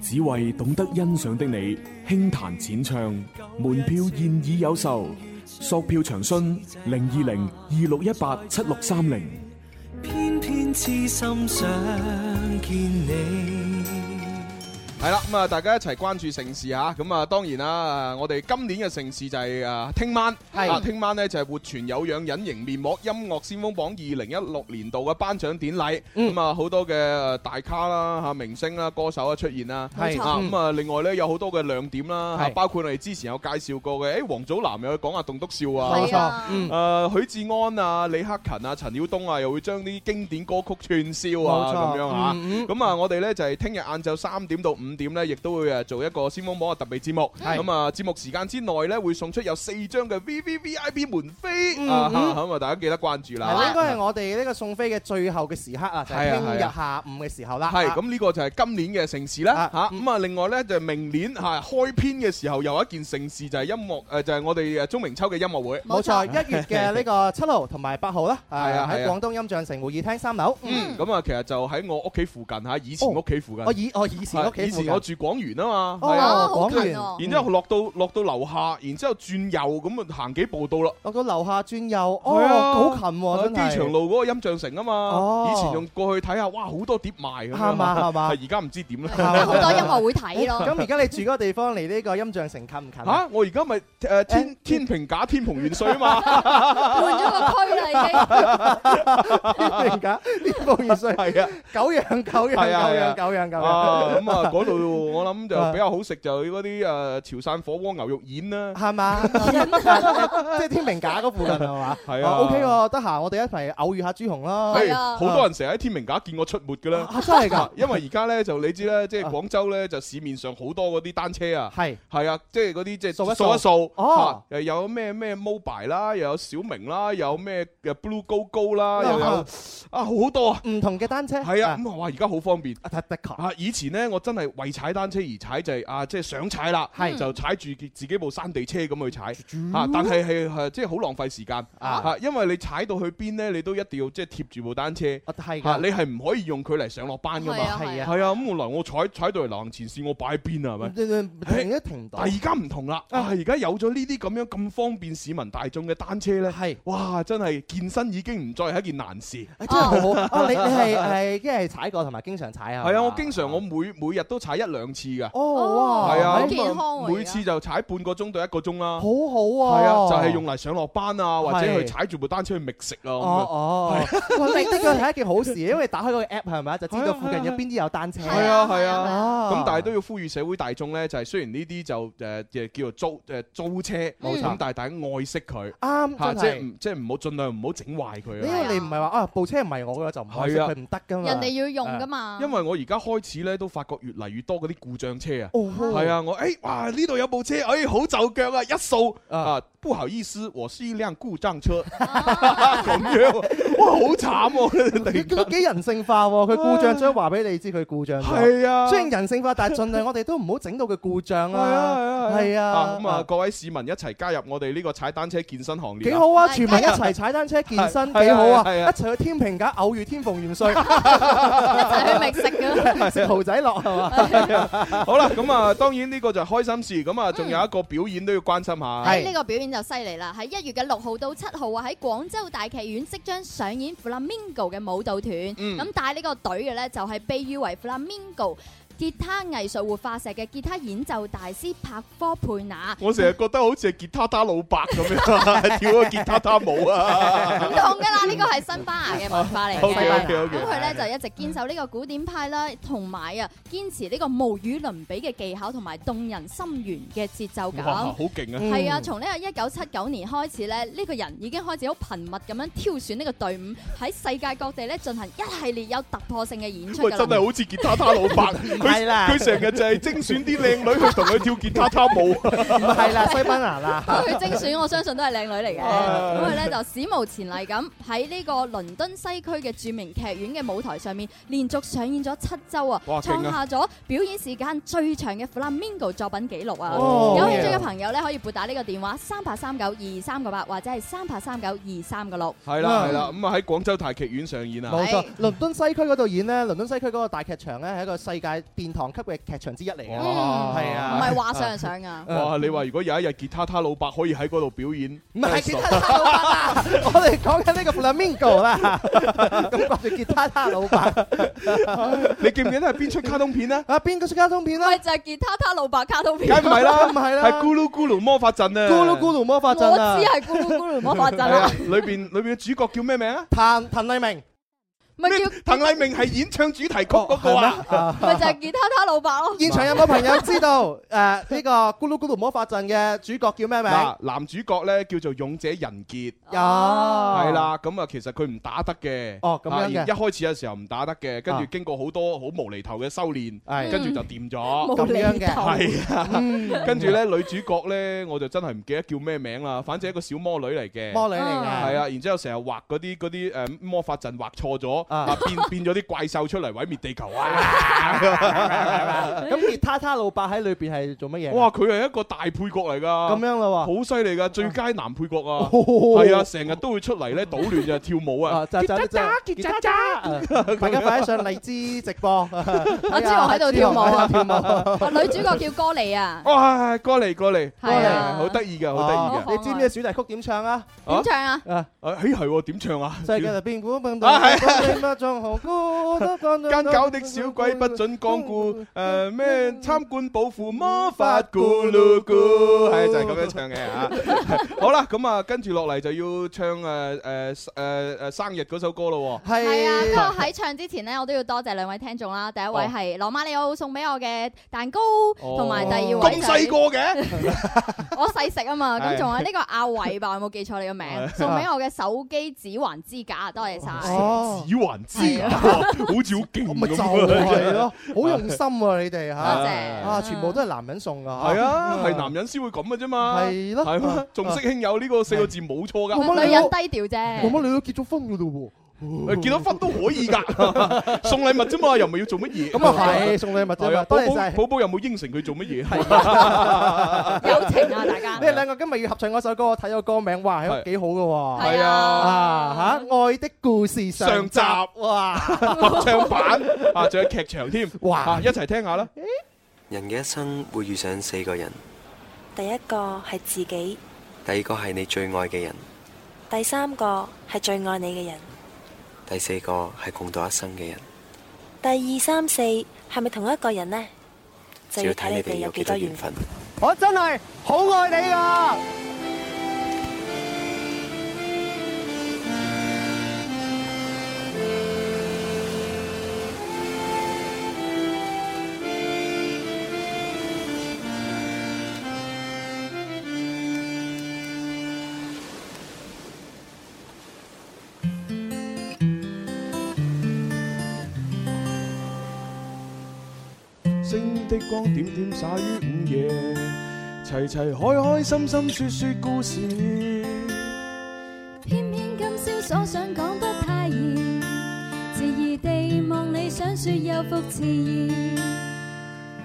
S3: 只為懂得欣賞的你，輕彈淺唱，門票現已有售，索票詳詢零二零二六一八七六三零。
S4: 偏偏痴心想見你。
S6: 系啦，咁啊，大家一齊關注城市吓，咁啊，當然啦，啊我哋今年嘅城市就係啊，聽晚
S7: 係
S6: 啊，聽晚呢就係活泉有氧隱形面膜音樂先鋒榜二零一六年度嘅頒獎典禮，咁啊，好多嘅呃大咖啦吓，明星啦、歌手啊出現啦，
S7: 係
S6: 啊，
S7: 嗯
S6: 咁啊，另外呢，有好多嘅亮點啦，嚇
S7: 係
S6: 包括我哋之前有介紹過嘅，誒黃祖藍又去講下棟篤笑啊，
S7: 冇錯係啊
S6: 誒許志安啊、李克勤啊、陳曉東啊，又會將啲經典歌曲串燒啊
S7: 冇錯
S6: 咁樣嚇。
S7: 嗯
S6: 咁啊，我哋咧就係聽日晏晝三點到五點咧，亦都會誒做一個先鋒榜嘅特別節目。
S7: 係
S6: 咁啊，節目時間之內咧，會送出有四張嘅 V V V I P 門飛
S7: 嗯
S6: 啊，
S7: 嗯
S6: 咁啊，大家記得關注
S7: 係啦，
S6: 啦
S7: 應。該係我哋呢個送飛嘅最後嘅時刻啊，就係
S6: 係啊
S7: 聽日
S6: 係啊
S7: 下午嘅時候啦。
S6: 係
S7: 啊
S6: 咁呢個就係今年嘅盛事啦嚇，咁啊另外咧就係明年嚇開篇嘅時候又有一件盛事就係音樂誒就係我哋誒鐘明秋嘅音樂會，
S7: 冇錯，一月嘅呢個七號同埋八號啦，
S6: 係啊係
S7: 誒喺
S6: 啊
S7: 廣東音像城會議廳三樓。
S6: 嗯，咁啊，其實就喺我屋企附近嚇，以前屋企附近。
S7: 我哦以我以前屋
S6: 係
S7: 企
S6: 以
S7: 附
S6: 前
S7: 近
S6: 我住廣園啊嘛，
S7: 哦
S6: 係啊
S7: 廣園哦
S6: 然之後落到落到樓下，然之後轉右咁啊行幾步到啦。
S7: 落到樓下轉右，
S6: 係啊
S7: 哦，好近喎，真係
S6: 機場路嗰個音像城啊嘛
S7: 哦，
S6: 以前仲過去睇下，哇，好多碟賣咁樣。
S7: 啱啊啱
S6: 係
S7: 啊
S6: 而家唔知點啦。
S7: 嘛好多音樂
S1: 會睇咯
S7: 咁而家你住嗰個地方離呢個音像城近唔近 啊？
S6: 嚇！我而家咪誒天天平假天蓬元帥啊嘛，
S7: 換
S1: 咗個區啦
S7: 已經。天平假天蓬元帥
S6: 係啊，
S7: 九樣九樣九
S6: 係啊係
S7: 樣
S6: 啊
S7: 九樣九
S6: 啊
S7: 樣。
S6: 咁啊，嗰度我諗就比較好食就嗰啲誒潮汕火鍋牛肉丸啦。
S7: 係嘛？即係天平架嗰附近係嘛？
S6: 係啊
S7: O K 喎，得閒我哋一齊偶遇下朱紅啦。
S6: 係好多人成日喺天明架見我出沒㗎啦，
S7: 真係㗎
S6: 因為而家咧就你知咧，即
S7: 哦
S6: 係廣州咧就市面上好多嗰啲單車啊，
S7: 係
S6: 係啊，即係嗰啲即係
S7: 數一數
S6: 數一數，
S7: 哦
S6: 嚇，又有咩咩 mobile 啦，又有小明啦，又有咩嘅 blue go go 啦，
S7: 啊
S6: 又有
S7: 啊
S6: 啊好多啊，
S7: 唔同嘅單車。
S6: 係啊，咁啊哇而家好方便，
S7: 啊的確
S6: 啊以前咧我真係為踩單車而踩就係啊即係想踩啦，
S7: 係嗯
S6: 就踩住自己部山地車咁去踩，啊但係係係即係好浪費時間
S7: 啊
S6: 啊，因為你踩到去邊咧你都一定要即係貼住部單車，
S7: 係㗎
S6: 啊你係唔可以用佢嚟上落班㗎嘛，
S7: 係啊係啊
S6: 係啊咁我嗱我踩踩到嚟流行前線我擺喺邊啊係咪？
S7: 停一停唔到
S6: 但。係而家唔同啦，啊！而家有咗呢啲咁樣咁方便市民大眾嘅單車咧，
S7: 係
S6: 哇！真係健身已經唔再係一件難事，
S7: 真係好好啊！你你係係即係踩過同埋經常踩啊？
S6: 係啊！我經常我每每日都踩一兩次㗎，
S7: 哦哇
S6: 係啊，
S7: 好
S6: 咁啊
S7: 健康喎
S6: 每次就踩半個鐘到一個鐘啦，
S7: 好好啊！
S6: 係啊，就係用嚟上落班啊，或者
S7: 係
S6: 去踩住部單車去覓食啊，咁樣
S7: 哦哦，哇！呢呢個係一件好事，因為打開嗰個 app 係咪就知道附近有邊啲有單車。
S6: 係啊係啊，
S7: 哦
S6: 咁但係都要呼籲社會大眾咧，就係雖然呢啲就誒誒叫做租誒租車，
S7: 嗯冇錯
S6: 咁但係大家愛惜佢，
S7: 啱
S6: 嚇
S7: 真係
S6: 即係唔即係唔好盡量唔好整壞佢啊。
S7: 因為你唔係話啊部車唔係我嘅就唔開
S6: 係啊
S7: 佢唔得噶嘛。
S1: 人哋要用㗎
S7: 啊
S1: 嘛
S6: 因為我而家開始咧都發覺越嚟越多嗰啲故障車啊，
S7: 哦
S6: 係啊，我誒哇呢度有部車，誒好就腳啊，一掃啊，不好意思，我是一輛故障車，咁樣哇好慘喎！突然
S7: 佢都幾人性化喎，佢故障將話俾你知佢故障咗。
S6: 係啊
S7: 雖然人性化，但係盡量我哋都唔好整到佢故障啦。係啊，
S6: 咁啊，各位市民一齊加入我哋呢個踩單車健身行列，
S7: 幾好啊！全民一齊踩單車健身，
S6: 係
S7: 幾好
S6: 係
S7: 啊！
S6: 係
S7: 一
S6: 啊
S7: 齊去天平架偶遇天蓬元帥，一
S1: 齊去覓食
S7: 㗎，食蠔仔樂係嘛？
S6: 好啦，咁啊，當然呢個就係開心事，咁啊，仲有一個表演都要關心下。
S1: 哎喺呢個表演就犀利啦！喺一月嘅六號到七號啊，喺廣州大劇院即將上演 Flamingo 嘅舞蹈團。
S6: 嗯
S1: 咁帶呢個隊嘅呢，就係被譽為 Flamingo 吉他藝術活化石嘅吉他演奏大師柏科佩 納。
S6: 我成日覺得好似係吉他打老伯咁樣，跳個吉他他舞啊
S1: 唔！同噶啦，呢個係西班牙嘅文化 嚟
S6: OK，OK，
S1: 嘅。
S6: OK，OK
S1: 咁佢咧就一直堅守呢個古典派啦，同埋啊堅持呢個無與倫比嘅技巧同埋動人心弦嘅節奏感。
S6: 哇好勁啊
S1: 係啊，
S6: 嗯
S1: 從呢個一九七九年開始咧，呢個人已經開始好頻密咁樣挑選呢個隊伍，喺世界各地咧進行一系列有突破性嘅演出
S6: 喂，
S1: 㗎啦。
S6: 真係好似吉他他老伯，
S7: 係啊啦
S6: 佢成日就係精選啲靚女去同佢跳吉他他舞。唔
S7: 係啦西班牙啦
S1: 佢精選，我相信都係靚女嚟嘅。 咁佢咧就史無前例咁喺呢個倫敦西區嘅著名劇院嘅舞台上面，連續上演咗七周啊，
S15: 哇
S1: 創
S15: 勁
S1: 下
S15: 啊
S1: 咗表演時間最長嘅 Flamingo 作品紀錄啊！
S15: 哦
S1: 有興趣嘅朋友咧，可以撥打呢個電話三八三九二三個八，或者係三八三九二三個六。
S6: 係
S7: 嗯
S6: 啦係啦，咁啊喺廣州大劇院上演啊。
S7: 冇錯，倫敦西區嗰度演呢，倫敦西區嗰個大劇場呢，係一個世界殿堂級嘅劇場之一嚟嘅，
S6: 哇
S7: 係啊，嗯
S1: 唔係話上就上啊！
S6: 哇！你話如果有一日吉他他老伯可以喺嗰度表演，
S7: 唔係吉他他老伯啊，我哋講緊呢個 Flamingo 啦，咁掛住吉他他老啊伯，
S6: 你記唔記得係邊出卡通片呢？
S7: 啊，邊個出卡通片啦？
S1: 咪就係吉他他老伯卡通
S6: 梗
S1: 片，
S6: 唔係啦，
S7: 唔係啦
S6: 係咕嚕咕嚕魔法陣啊！
S7: 咕嚕咕嚕魔法陣啊
S1: 我知係咕嚕咕嚕魔法陣啦，
S6: 裏邊裏邊嘅主角叫咩名啊？
S7: 彭彭麗明。
S1: 咪叫
S6: 彭麗明係演唱主題曲嗰個啊？
S1: 咪就係吉他他老伯 咯。
S7: 現場有冇朋友知道誒呢個咕嚕咕嚕魔法陣嘅主角叫咩名？
S6: 嗱，男主角咧叫做勇者仁傑，
S7: 有
S1: 哦
S6: 係啦，咁啊，其實佢唔打得嘅，
S7: 哦咁樣
S6: 啊
S7: 嘅
S6: 一開始嘅時候唔打得嘅，跟住
S7: 啊
S6: 經過好多好無厘頭嘅修練，
S7: 係
S6: 跟住就掂
S7: 嗯
S6: 咗，
S7: 無厘頭咁樣嘅
S6: 係啊，
S7: 嗯
S6: 跟住咧女主角咧我就真係唔記得叫咩名啦，反正係一個小魔女嚟嘅，
S7: 魔女嚟嘅
S6: 係啊，然之後成日畫嗰啲嗰啲誒魔法陣畫錯咗，啊變 變咗啲怪獸出嚟毀滅地球啊！
S7: 咁吉他他老伯喺裏邊係做乜嘢？
S6: 哇！佢係一個大配角嚟噶，
S7: 咁樣啦喎，
S6: 好犀利噶，最佳男配角啊，
S7: 哦
S6: 係啊，成日都會出嚟咧搗亂就跳舞啊，
S7: 就就就
S6: 吉
S7: 他他，大家快啲上荔枝直播，
S1: 阿
S7: 阿
S1: 朱紅喺度跳舞啊！
S7: 跳舞。
S1: 啊女主角叫歌莉啊！
S6: 哇，過嚟過嚟，
S1: 係啊
S6: 好得意嘅，好得意嘅，
S7: 你知唔知主題曲點唱啊？
S1: 點唱啊？
S7: 啊，
S6: 誒係喎，點唱啊？
S7: 世界入邊古笨
S6: 啊
S7: 蛋，
S6: 係
S7: 你乜仲好高？
S6: 奸狡的小鬼不准光顧，誒咩參觀保護魔法咕嚕咕，係就係咁樣唱嘅嚇。 好啦，咁啊跟住落嚟就要唱誒誒誒誒生日嗰首歌咯
S7: 哦
S6: 喎。
S1: 係啊，不過喺唱之前呢，我都要多謝兩位聽眾啦。第一位係羅馬里奧送俾我嘅蛋糕，同埋第二位
S6: 咁細個
S1: 就係
S6: 嘅。
S1: 我細食啊嘛。咁
S6: 係
S1: 仲有呢個阿偉吧，我有冇記錯你個名？
S6: 係
S1: 送俾我嘅手機指環支架，多謝晒。
S7: 哦，
S6: 指環
S7: 之
S6: 架好似好勁
S7: 咪就係咯，好用心喎你哋嚇，
S6: 多謝
S7: 啊，全部都係男人送噶，
S6: 係啊，係男人先會咁嘅啫嘛。
S7: 係咯
S6: 係嘛，仲識興有呢個四個字冇錯㗎。
S1: 女人低調
S7: 媽
S1: 啫。
S7: 媽你都結咗婚噶咯
S6: 誒結咗婚都可以㗎， 送禮物啫嘛，又唔係要做乜嘢。
S7: 咁啊係送禮物啫嘛
S6: 係啊
S7: 多謝
S6: 寶寶
S7: 晒
S6: 寶寶有冇應承佢做乜嘢？
S7: 喎，
S1: 友情啊大家。
S7: 你哋兩個今日要合唱嗰首歌，我睇咗歌名，哇，係幾好噶
S1: 哦
S7: 喎，
S6: 係啊
S7: 啊嚇，愛的故事上
S6: 上集
S7: 集哇，
S6: 合 唱版啊，仲有劇場添。哇！一齊聽下啦。
S16: 人嘅一生會遇上四個人，
S17: 第一個係自己，
S16: 第二個係你最愛嘅人，
S17: 第三個係最愛你嘅人，
S16: 第四個係共度一生嘅人。
S17: 第二三四係咪同一個人呢？就
S16: 就
S17: 要
S16: 要
S17: 睇
S16: 睇
S17: 你
S16: 你
S17: 哋
S16: 哋
S17: 有
S16: 有
S17: 幾
S16: 幾
S17: 多
S16: 多
S17: 緣
S16: 緣
S17: 分
S16: 分。
S7: 我真係好愛你噶。
S9: 星的光點點灑於午夜，齊齊開開心心說說故事。
S11: 偏偏今宵所想講不太易，遲疑地望你想說又復遲疑。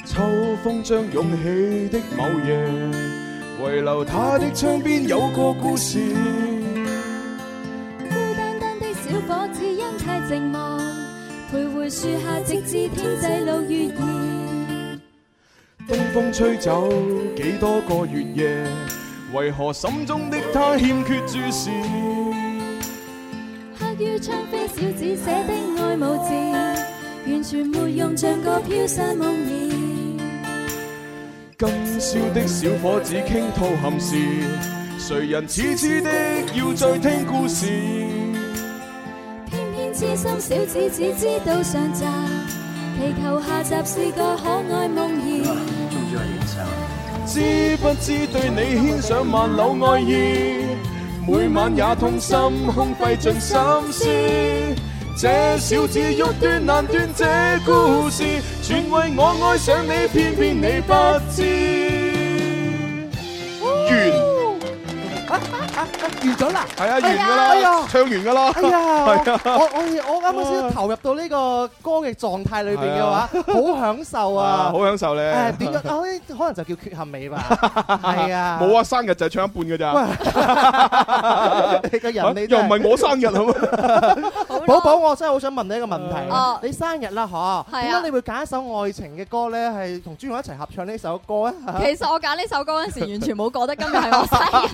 S9: 秋風將湧起的某夜，遺留他的窗邊有個故事。
S11: 孤單單的小伙子因太寂寞，徘徊樹下直至天際露月兒。
S9: 東風吹走幾多個月夜，為何心中的他欠缺注視？
S11: 黑於窗飛小子寫的愛慕字，完全沒用，像個飄散夢兒。
S9: 今宵的小伙子傾吐憾事，誰人痴痴的要再聽故事？
S11: 偏偏痴心小子只知道上集，祈求下集是個可愛夢兒。
S9: 知不知對你牽上萬縷愛意，每晚也痛心，空費盡心思。这小子欲斷難斷這故事，全為我愛上你，偏偏你不知。完。
S7: 完咗啦，
S6: 係啊，完㗎
S7: 哎呀哎
S6: 啦
S7: 呀，
S6: 唱完㗎啦，
S7: 哎呀，
S6: 係啊
S7: 我我我我啱啱先投入到呢個歌嘅狀態裏邊嘅話，好享受啊！
S6: 啊好享受咧。
S7: 誒點解？啊可能就叫缺陷美吧，係啊。
S6: 冇啊，生日就係唱一半㗎咋。
S7: 你個人你
S6: 又唔
S7: 真係
S6: 係我生日啊 嘛？
S7: 寶寶，我真係好想問你一個問題
S6: 哦。
S7: 你生日啦，嗬？
S1: 係啊
S7: 點解你會揀一首愛情嘅歌咧？係同朱紅一齊合唱呢首歌咧？
S1: 其實我揀呢首歌嗰陣時，完全冇覺得今日係我生日。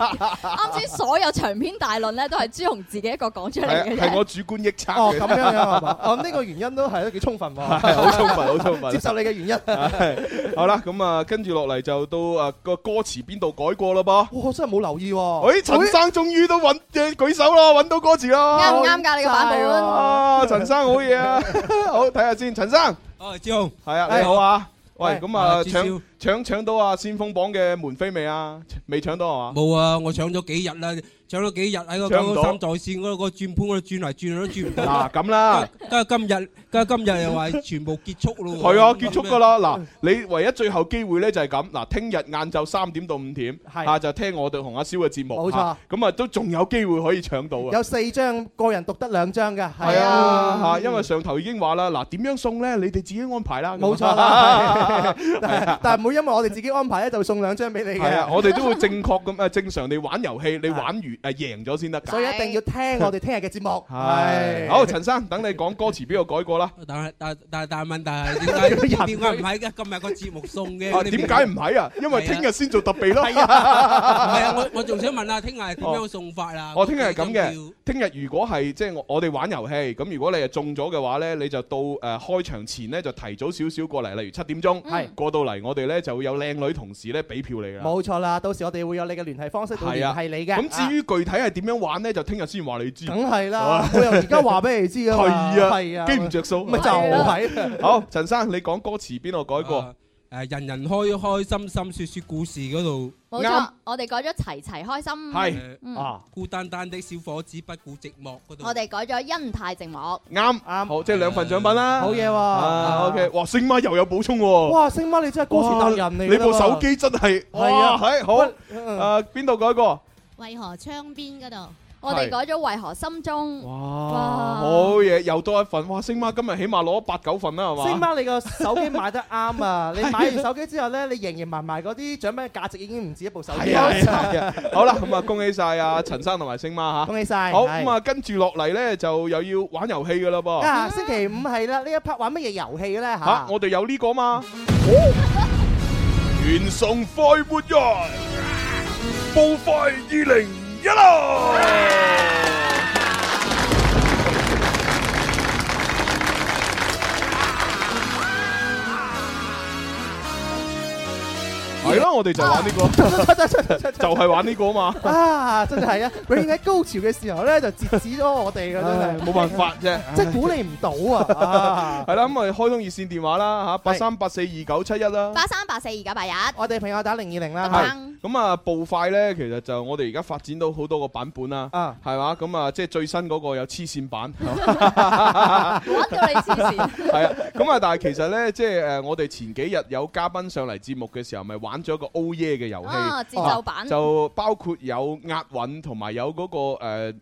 S1: 啱先所有長篇大論咧，都係朱紅自己一個講出嚟
S6: 係啊
S1: 嘅
S6: 係我
S1: 啫。
S6: 主觀臆測
S7: 哦，
S6: 嘅
S7: 咁樣樣係嘛？哦，呢個原因都係都幾充分喎。
S6: 係好充分，好充分。
S7: 接受你嘅原因。
S6: 係好啦，咁啊，跟住落嚟就到啊個歌詞邊度改過啦噃。
S7: 我真係冇留意喎。
S6: 誒，陳生終於都揾嘅舉手啦，揾到歌詞啦。
S1: 啱唔啱㗎？你個版本
S6: 啊，陳生好嘢啊！ 好睇下先，陳生。
S12: 哦，志雄，
S6: 係啊，你好啊。喂，
S12: 喂
S6: 咁啊，
S12: 啊朱
S6: 搶搶搶到啊先鋒榜嘅門飛未啊？ 未搶到係嘛？
S12: 冇
S4: ờ,
S12: 啊！我搶咗幾日啦，搶咗幾日喺個
S6: 搶唔
S12: 九
S6: 到
S12: 三在線嗰個轉盤嗰度轉嚟轉去都轉唔到。
S6: 嗱咁 啦，
S12: 跟住今日，跟住今日又話全部結束咯喎。
S6: 係啊，結束㗎啦。嗱，你唯一最後機會咧就係咁。嗱，聽日晏晝三點到五點，
S7: 係
S6: 啊就聽我哋同阿蕭嘅節目。
S7: 冇錯
S6: 啊咁啊都仲有機會可以搶到啊
S7: 有。四張個人讀得兩張㗎，
S6: 係啊，嚇，因為上頭已經話啦，嗱點樣送咧，你哋自己安排啦。咁啊
S7: 冇錯啦，係但係但係唔會因為我哋自己安排咧，就送兩張俾你
S6: 係啊，
S7: 嘅。
S6: 我哋都會正確咁啊，正常地玩遊戲，你玩完誒贏咗先得㗎。
S7: 所以一定要聽我哋聽日嘅節目。
S6: 係好，陳生，等你講歌詞邊個改過啦？
S12: 但係但但但問題係點解點解唔喺今日個節目送嘅？
S6: 啊，點解唔係啊？因為聽日先做特備咯。
S12: 係啊，唔係啊，我我仲想問啊，聽日係點樣送法啊？
S6: 我聽日係咁嘅， 聽日如果係即係我我哋玩遊戲，咁如果你係中咗嘅話呢，你就到誒、呃、開場前呢，就提早少少過嚟，例如七點鐘，
S7: 係
S6: 過到嚟，我哋呢就會有靚女同事呢俾票你啦。
S7: 冇錯啦，到時我哋會有你嘅聯繫方式，
S6: 係
S7: 會聯
S6: 啊，
S7: 繫你嘅。
S6: 咁至於具體係點樣玩呢？就聽日先話你知。
S7: 梗係啦
S6: 啊，
S7: 我由而家話俾你知㗎
S6: 係
S7: 嘛。
S6: 啊，
S7: 係啊，
S6: 機唔着數，
S7: 咪就係。
S6: 好，陳生，你講歌詞邊度改過？
S12: 誒，人人開開心心説説故事嗰度。
S1: 冇錯，我哋改咗齊齊開心。嗯
S12: 誒啊，孤單單的小伙子不顧寂寞嗰度。
S1: 我哋改咗恩泰寂寞。
S6: 啱啱好，即係兩份獎品啦。
S7: 好嘢喎
S6: 啊！OK，哇，星媽又有補充喎。
S7: 哇，星媽你真係歌詞達人嚟㗎
S6: 你部
S7: 喎
S6: 手機真係
S7: 係啊
S6: 哇係好
S7: 喂
S6: 誒邊度改過？
S8: 為何窗邊嗰度？
S1: 我哋改咗為何心中。
S6: 哇！好嘢，又多一份哇！星媽今日起碼攞八九份啦，係嘛？
S7: 星媽，你個手機買得啱 啊！你買完手機之後咧，你贏贏埋埋嗰啲獎品嘅價值已經唔止一部手機
S6: 係啊 係
S7: 啦。
S6: 啊係啊好啦，咁啊，恭喜晒啊陳生同埋星媽吓，
S7: 恭喜晒
S6: 好
S7: 係
S6: 咁啊，跟住落嚟咧就又要玩遊戲噶啦噃。
S7: 啊，星期五係啦，呢一 part 玩乜嘢遊戲
S6: 吓
S7: 咧嚇？
S6: 我哋有呢個嘛？ 原送快活人，報快二零一六。係咯，我哋就玩呢 個，就係玩呢個嘛。
S7: 啊，真係啊！永遠喺高潮嘅時候咧，就截止咗我哋㗎，
S6: 唉
S7: 真係
S6: 冇辦法啫，
S7: 即係估你唔到 啊！
S6: 係啦，咁我哋開通熱線電話啦嚇，八三八四二九七一啦。
S1: 八三八四二九八一。
S7: 我哋朋友打零二零啦
S6: 係咁啊，步快咧，其實就我哋而家發展到好多個版本啦，係嘛？咁啊，即係最新嗰個有黐線版，
S1: 玩到你黐線。
S6: 係啊。咁啊，但係其實咧，即係誒，我哋前幾日有嘉賓上嚟節目嘅時候，咪玩咗一個 O 耶嘅遊
S1: 啊
S6: 戲，
S1: 節奏版
S6: 啊就包括有押韻同埋有嗰個誒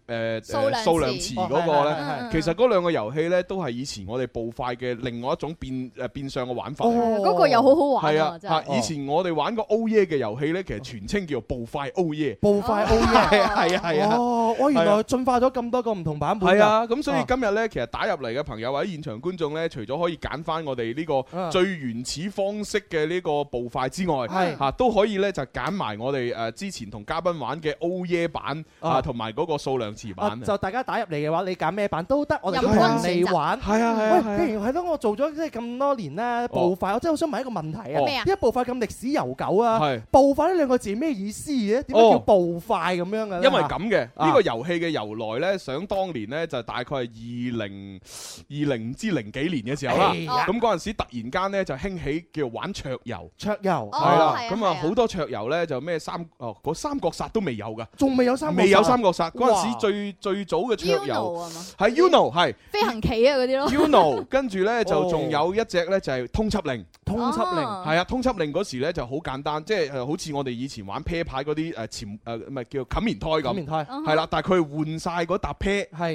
S6: 誒
S1: 數量詞
S6: 誒數量詞嗰個
S1: 嗯
S7: 哦係係
S6: 咧
S7: 係。
S6: 其
S1: 啊
S6: 實嗰兩個遊戲咧，都係以前我哋步快嘅另外一種變誒變相嘅玩法嚟嘅。
S1: 嗰個又哦好好玩
S6: 係
S1: 啊！
S6: 啊，
S1: 真
S6: 嚇！以
S1: 係。
S6: 前我哋玩個 O 耶嘅遊戲咧，其實全稱叫做步快 Oh O
S1: 哦
S6: 耶。
S7: 步快 O
S6: 係
S7: 耶
S6: 啊係啊係啊。
S7: 哦，我原
S6: 係
S7: 來
S6: 啊
S7: 進化咗咁多個唔同版本㗎。
S6: 係啊，咁
S1: 哦
S6: 所以
S7: 啊
S6: 今日咧，其實打入嚟嘅朋友或者現場觀眾咧，除咗可以揀翻我哋呢個
S7: 啊
S6: 最原始方式嘅呢個步快之外，
S7: 係
S6: 嚇都可以咧就揀埋我哋誒之前同嘉賓玩嘅 O 耶版啊，
S7: 啊
S6: 同埋嗰個數量詞
S7: 啊
S6: 版。
S7: 就大家打入嚟嘅話，你揀咩版都得，我哋
S6: 任
S7: 都
S6: 君
S7: 同
S6: 選
S7: 你
S6: 擇
S7: 玩。
S6: 係啊係啊係啊哦
S7: 喂，既然係咯，我做咗即係咁多年咧，步快，我真係好想問一個問題
S6: 哦咩啊！
S7: 啊呢一步快咁歷史悠久啊
S6: 係，
S7: 步快呢兩個字咩意思嘅？點解
S6: 哦
S7: 叫步快咁樣嘅咧？啊
S6: 因為咁嘅，呢個遊戲嘅由來呢，想當年呢，就大概係二零二零之零幾年嘅時候啦。
S7: 哎呀
S6: 咁嗰陣時突然間呢，就興起叫玩桌遊。
S7: 桌遊
S6: 係啦，
S7: 係啊
S6: 咁啊好多桌遊呢，就咩三哦嗰三國殺都未有㗎，
S7: 仲未有三啊
S6: 未有三國殺。嗰陣
S7: 哇
S6: 時最最早嘅桌
S1: Uno
S6: 遊
S1: 啊嘛
S6: 係 Uno 係。
S1: 飛行棋啊嗰 啲咯
S6: Uno，跟住呢就
S1: 哦
S6: 仲有一隻呢，就係通緝令。
S7: 通
S1: 緝令哦
S6: 係啊，通緝令嗰時呢就好簡單，即係呃好似我哋以前玩啤牌嗰啲誒呃潛誒唔係叫冚棉胎咁。
S7: 冚棉胎
S1: 啊哦
S7: 嗯 哼
S6: 係啦，啊但係佢係換晒嗰沓啤，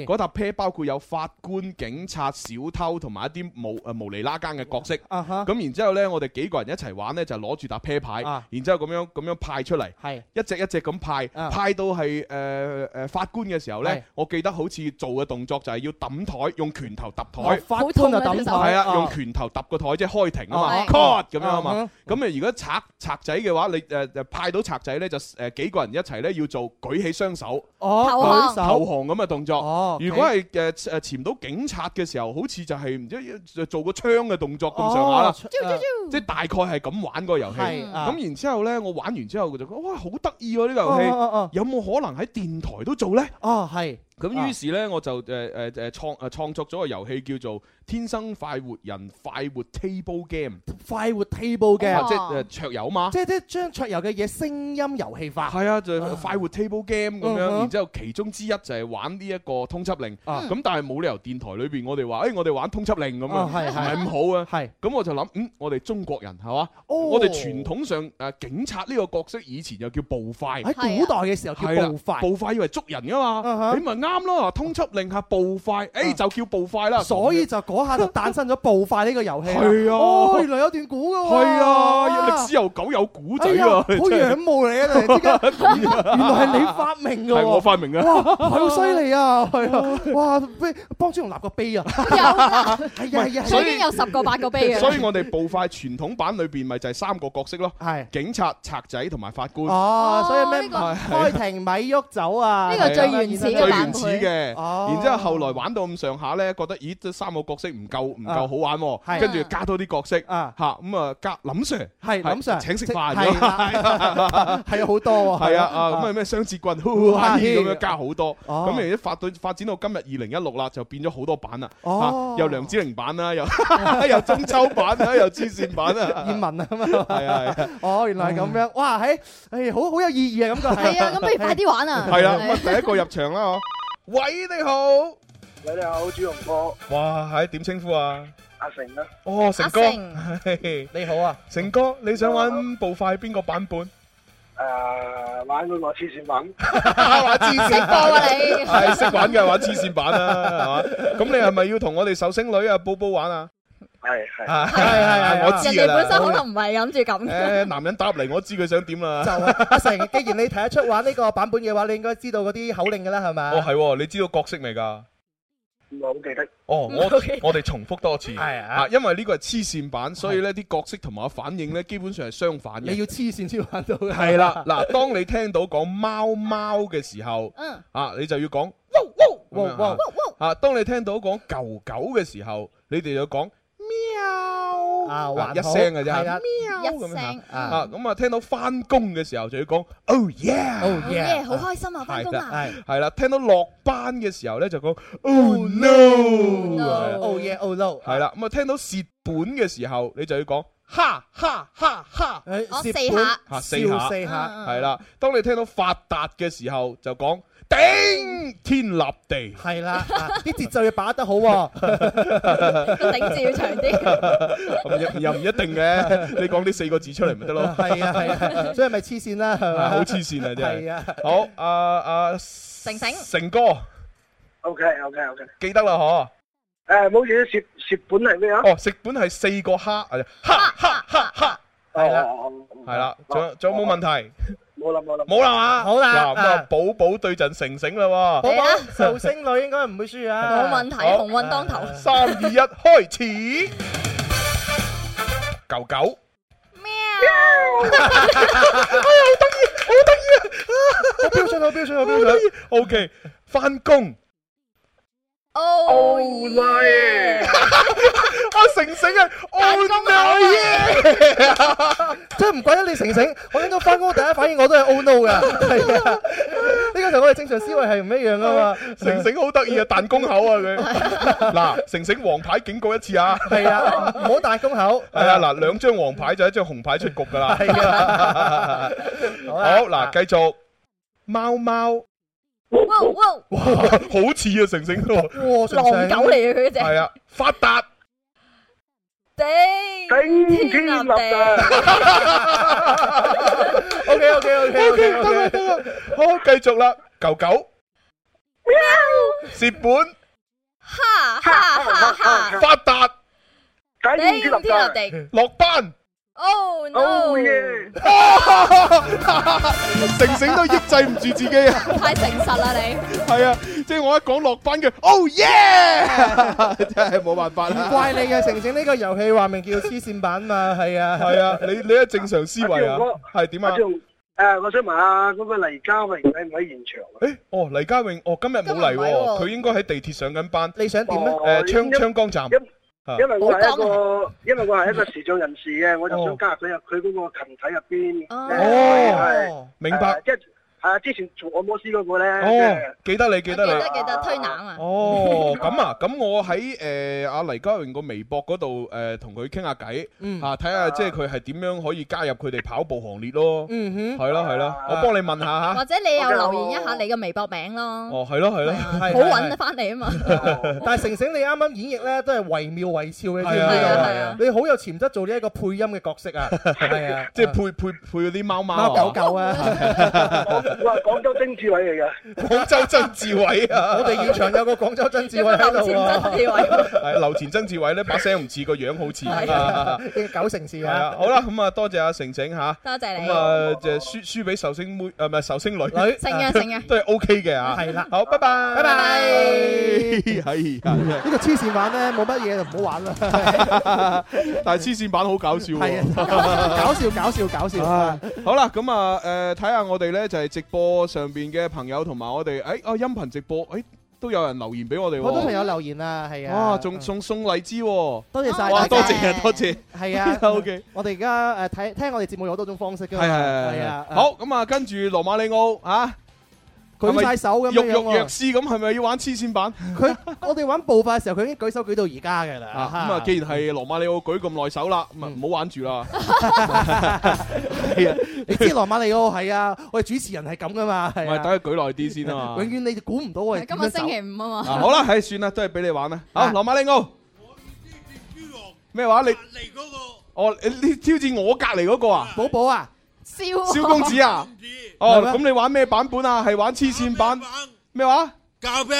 S6: 嗰沓啤包括有法官、警察、小偷同埋一啲無誒無釐啦更嘅角色。咁然之後呢，我哋幾個人一齊玩呢，就攞住沓啤牌
S7: 啊，
S6: 然之後咁樣咁樣派出嚟，一隻一隻咁派，派到係誒誒法官嘅時候呢
S7: 係，
S6: 我記得好似做嘅動作就係要揼台，用拳頭揼
S7: 哦
S6: 台，
S7: 法官就揼台
S6: 係啊，
S7: 哦
S6: 用拳頭揼個台即係開庭啊嘛
S7: 哦
S6: ，court
S7: 哦
S6: 咁樣啊嘛
S7: 嗯。
S6: 咁啊，如果賊賊仔嘅話，你誒誒派到賊仔咧，就誒幾個人一齊咧要做舉起雙手，
S7: 哦投降舉手
S6: 投降咁嘅動作。
S7: ，OK
S6: 如果係誒誒潛到警察嘅時候，好似就係唔知呃做個槍嘅動作咁上下啦
S7: 哦啾啾啾，
S6: 即係大概係咁玩個遊戲。
S7: 係啊
S6: 咁然之後咧，我玩完之後我就覺得哇，好得意喎呢個遊戲
S7: 哦哦哦，
S6: 有冇可能喺電台都做咧？
S7: 哦，係。
S6: 咁於是咧，我就誒誒誒創誒創作咗個遊戲叫做《天生快活人快活 Table Game》，
S7: 快活 table
S6: 啊即係
S7: 嘅，
S6: 誒桌遊嘛，
S7: 即係即係將桌遊嘅嘢聲音遊戲化。
S6: 係啊，就快活 table game 咁
S7: 嗯
S6: 樣，
S7: 哼
S6: 然之後其中之一就係玩呢一個通緝令，
S7: 啊
S6: 咁但係冇理由電台裏邊我哋話，哎誒我哋玩通緝令咁
S7: 啊
S6: 啊，
S7: 係
S6: 唔係
S7: 係
S6: 咁好啊，
S7: 係，
S6: 咁我就諗，嗯，我哋中國人係嘛，
S7: 哦
S6: 我哋傳統上誒警察呢個角色以前就叫捕快，
S7: 喺古代嘅時候
S6: 係啦
S7: 叫步快，
S6: 捕快以為捉人噶
S7: 啊
S6: 嘛，你咪啱咯，通緝令下捕快，誒就叫捕快啦，
S7: 所以就嗰下就誕生咗步快呢個遊戲啦。
S6: 係啊
S7: 哦，原來有段古㗎喎。
S6: 係啊，歷史悠久有古仔
S7: 哎呀
S6: 啊，
S7: 好
S6: 真係
S7: 仰慕你啊！突然之間，原來係你發明㗎喎。
S6: 係我發明㗎啊
S7: 哇，好犀利啊！係啊，哇，咩幫朱紅立個碑啊！有
S1: 啦，
S7: 係啊係啊，
S1: 所以已經有十個八 個碑㗎啦
S6: 所以我哋步快傳統版裏邊咪就係三個角色咯，警察、賊仔同埋法官。
S7: 哦，所以咩
S6: 呢個
S7: 開庭咪喐走啊？
S6: 最原始嘅，
S7: 哦
S6: 然之後後來玩到咁上下咧，覺得咦，即三個角色唔夠唔夠好玩喎，
S7: 啊係
S6: 跟住加多啲角色
S7: À,
S6: 嚇，咁啊加林 Sir
S7: 係林 Sir
S6: 請食
S7: 即
S6: 飯
S7: 係啦係啊好多喎
S6: 係啊
S7: 係啊
S6: 啊咁啊咩雙節棍呼呼哈嘿咁樣加好多，
S7: 哦 Ờ.
S6: 咁而家發到發展到今日二零一六啦，就變咗好多版啦，
S7: 哦
S6: 嚇有梁子玲版啦， 有有中秋版 啦，有黐線版啦，
S7: 燕文啊嘛，
S6: 係啊係啊。
S7: 哦，原來係咁樣，哇，喺，誒，好好有意義啊，感覺
S1: 係啊咁不如快啲玩啊
S6: 系啦，咁啊第一個入場啦，嗬。喂，你好。
S15: 喂，你好，朱容哥，
S6: 哇，係點稱呼啊？
S15: 阿成啊，
S6: 哦，成哥
S15: 阿成，
S6: 你好啊，成哥，你想玩步快邊個版本？
S15: 诶，玩嗰個黐線玩，
S6: 玩
S15: 黐線識播啊你
S6: 係識玩嘅，玩黐線版啦，係嘛？咁你係咪要同我哋壽星女啊，寶寶玩啊？
S15: 係係
S6: 係係係，
S7: à.
S6: 我知㗎啦。
S7: 唔係諗住咁
S6: 誒，男人答嚟，我知佢想點啦。
S7: 就係阿成，既然你睇得出玩呢個版本嘅話，你應該知道嗰啲口令㗎啦，係嘛？
S6: 哦，係喎，你知道角色未㗎？
S15: 我好記得。
S6: 哦，我
S15: 唔好嘅
S6: 我哋重複多次，
S7: 係啊
S6: 啊，因為呢個係黐線版，所以呢啲角色同埋反應呢，基本上係相反嘅。
S7: 你要黐線先玩到㗎。
S6: 係啦，嗱，當你聽到講貓貓嘅時候，
S7: 嗯
S6: 啊，你就要講
S7: 哇
S6: 咁樣啊
S7: 哇
S6: 啊，當你聽到講狗狗嘅時候，你哋就講喵
S7: 啊，
S6: 啊
S7: 還
S6: 一聲嘅
S7: 係啦
S6: 啫，喵咁樣
S7: 啊
S6: 啊，咁啊，聽到翻工嘅時候就要講 Oh yeah，Oh
S1: 好嘢，好開心啊！翻工啦，
S6: 係啦，聽到落班嘅時候咧就講 Oh no，
S7: ，Oh yeah，Oh no，
S6: 係啦，咁啊聽到蝕本嘅時候你就要講。哈哈哈哈！
S1: 我四下，啊
S6: 嚇四下，
S7: 笑四下
S6: 係啦。當你聽到發達嘅時候，就講頂天立地。
S7: 係啦，啊啲節奏要把握得好喎。
S1: 個頂字要長 啲。
S6: 咁又又唔一定嘅，你講呢四個字出嚟咪得 咯。
S7: 係啊係 啊，所以咪黐線啦，係
S6: 啊
S7: 嘛？
S6: 好黐線啊真係
S7: 係啊，
S6: 好，阿阿成
S7: 成
S6: 成哥
S15: OK OK OK，
S6: 記得啦，嗬。
S15: 诶，唔好意思，蝕蝕本係咩啊？
S6: 哦，蝕本係四個蝦，啊哈哈哈哈，係啦
S15: 哦，
S6: 係啦，仲有仲有冇問題？
S15: 冇啦冇啦，
S6: 冇啦嘛，
S7: 好啦
S6: 嗱咁啊
S7: 啊，
S6: 寶寶對陣成成啦喎，
S7: 寶寶壽星女應該唔會輸啊。
S1: 冇問題，
S6: 好
S1: 鴻運當頭。
S6: 三二一，開始。狗狗，
S7: 好標準，好標準，好標
S6: 好得
S7: 準。
S6: 意，OK，翻工。啊
S1: Oh
S15: my！
S6: 阿成成啊，Oh no！
S7: 真係唔怪得你成成，我應該翻工第一反應我都係 oh no 噶，係啊，呢個就同我哋正常思維係唔一樣噶嘛。
S6: 成成好得意啊，彈弓口啊 佢。嗱，成成黃牌警告一次啊。
S7: 係啊，唔好彈弓口。
S6: 系啊，嗱，兩張黃牌就一張紅牌出局噶啦。
S7: 係
S6: 啊，好嗱，繼續貓貓。哇，好似啊，成成喎，
S7: 哇
S6: 成成
S1: 狼狗嚟嘅佢嗰隻
S6: 係啊，發達。
S1: 頂天立
S5: Oh
S1: 地。
S7: O K O K O K O K，
S6: 得啦得啦，好，繼續啦，狗狗。蝕本。
S1: 哈哈哈哈！
S6: 發達。
S1: 頂天立地。
S6: 落班。
S1: Oh no！
S6: 成成都抑制唔住自己啊！
S1: 太誠實啦你。
S6: 係啊，即係我一講落班嘅，Oh yeah！真係冇辦法啦。
S7: 怪你嘅成成呢個遊戲話明叫黐線版嘛，係啊，
S6: 係啊，你你係正常思維
S5: 阿志雄，
S6: 啊
S5: 哥
S6: 係點
S5: 阿
S6: 啊
S5: 志？雄誒，我想問下嗰個黎家榮喺唔喺現場？
S6: 誒，哦，黎家榮，哦，今日冇嚟
S5: 今日唔喺
S6: 喎，
S5: 喎
S6: 佢應該喺地鐵上緊班。
S7: 你想
S5: 點咧
S6: 誒，昌昌江站。啊
S5: 因為我係一個，因為我係一個時尚人士嘅，我就想加入佢入佢嗰個群體入邊。
S6: 哦
S5: 係
S6: 明
S5: 誒
S6: 白
S5: 即係啊，之前做按摩師嗰個咧。
S6: 哦，記得你，記得你。
S1: 記得推攬啊！
S6: 哦，咁啊，咁我喺誒阿黎家榮個微博嗰度誒同佢傾下偈，
S7: 嗯
S6: 嚇睇下即係佢係點樣可以加入佢哋跑步行列咯。
S7: 嗯
S6: 係咯係咯，我幫你問下
S1: 或
S6: 嚇。
S1: 者你又留言一下你嘅微博名咯，
S6: 哦，係咯係咯，
S1: 好揾得翻嚟啊嘛！
S7: 但係成成你啱啱演繹咧都係惟妙惟肖嘅，
S6: 係啊係啊係啊
S7: 你好有潛質做呢一個配音嘅角色啊， 係啊，
S6: 即係配配配嗰啲貓貓啊
S7: 貓狗狗啊，
S5: 哦我係廣州曾志偉嚟嘅。
S6: 廣州曾志偉啊！
S7: 我哋現場有個廣州曾志偉喺度 喎，
S6: 係劉前曾志偉咧，把聲唔似個樣好似。
S7: 係啊
S6: 係，
S7: 九成是
S6: 啊，
S7: 啊，
S6: 好啦，咁啊，多謝阿成成嚇。
S1: 多謝 你
S6: 咁啊，就輸輸俾壽星妹，啊唔係壽星女。
S7: 女
S1: 成啊成啊
S6: 都係 OK 嘅啊。
S7: 係啦，
S6: 好，拜拜，拜拜。係啊。
S7: 呢個黐線版咧冇乜嘢就唔好玩啦，
S6: 但係黐線版好搞笑
S7: 係
S6: 喎，
S7: 啊，搞笑搞笑搞笑，
S6: 啊 好啦，咁啊，誒睇下我哋咧就係直播上邊嘅朋友同埋我哋，誒哦音頻直播，誒都有人留言俾我哋喎，
S7: 好多朋友留言啊，係啊，
S6: 哇，仲送送荔枝喎，
S7: 多謝晒
S6: 哇，多
S7: 大家
S6: 謝啊，多謝，
S7: 係 啊
S6: ，OK，
S7: 我哋而家誒睇聽我哋節目有好多種方式㗎
S6: 係
S7: 嘛，
S6: 係係
S7: 係
S6: 係
S7: 啊，，
S6: 好咁啊，跟住羅馬里奧啊，
S7: 舉晒手咁樣
S6: 係咪
S7: 樣
S6: 玉
S7: 喎
S6: 玉若絲咁，係咪要玩黐線版？
S7: 佢我哋玩步法嘅時候，佢已經舉手舉到而家㗎啦，
S6: 啊，咁啊，既然係羅馬里奧舉咁耐手啦，咁啊
S7: 嗯
S6: 唔好玩住啦。
S7: 你知羅馬里奧係啊，我哋主持人係咁噶嘛，係
S6: 咪等
S7: 啊，
S6: 佢舉耐啲先啊嘛。
S7: 永遠你就估唔到我哋
S1: 今
S7: 點
S1: 日
S7: 樣走
S1: 星期五啊嘛，
S6: 啊，好啦，係算啦，都係俾你玩啦。好，羅馬里奧。咩話？你哦，你你挑戰我隔離嗰個啊？
S7: 寶寶啊，
S1: 肖
S6: 蕭公子啊？哦，咁你玩咩版本啊？係玩黐線版？咩話？咖啡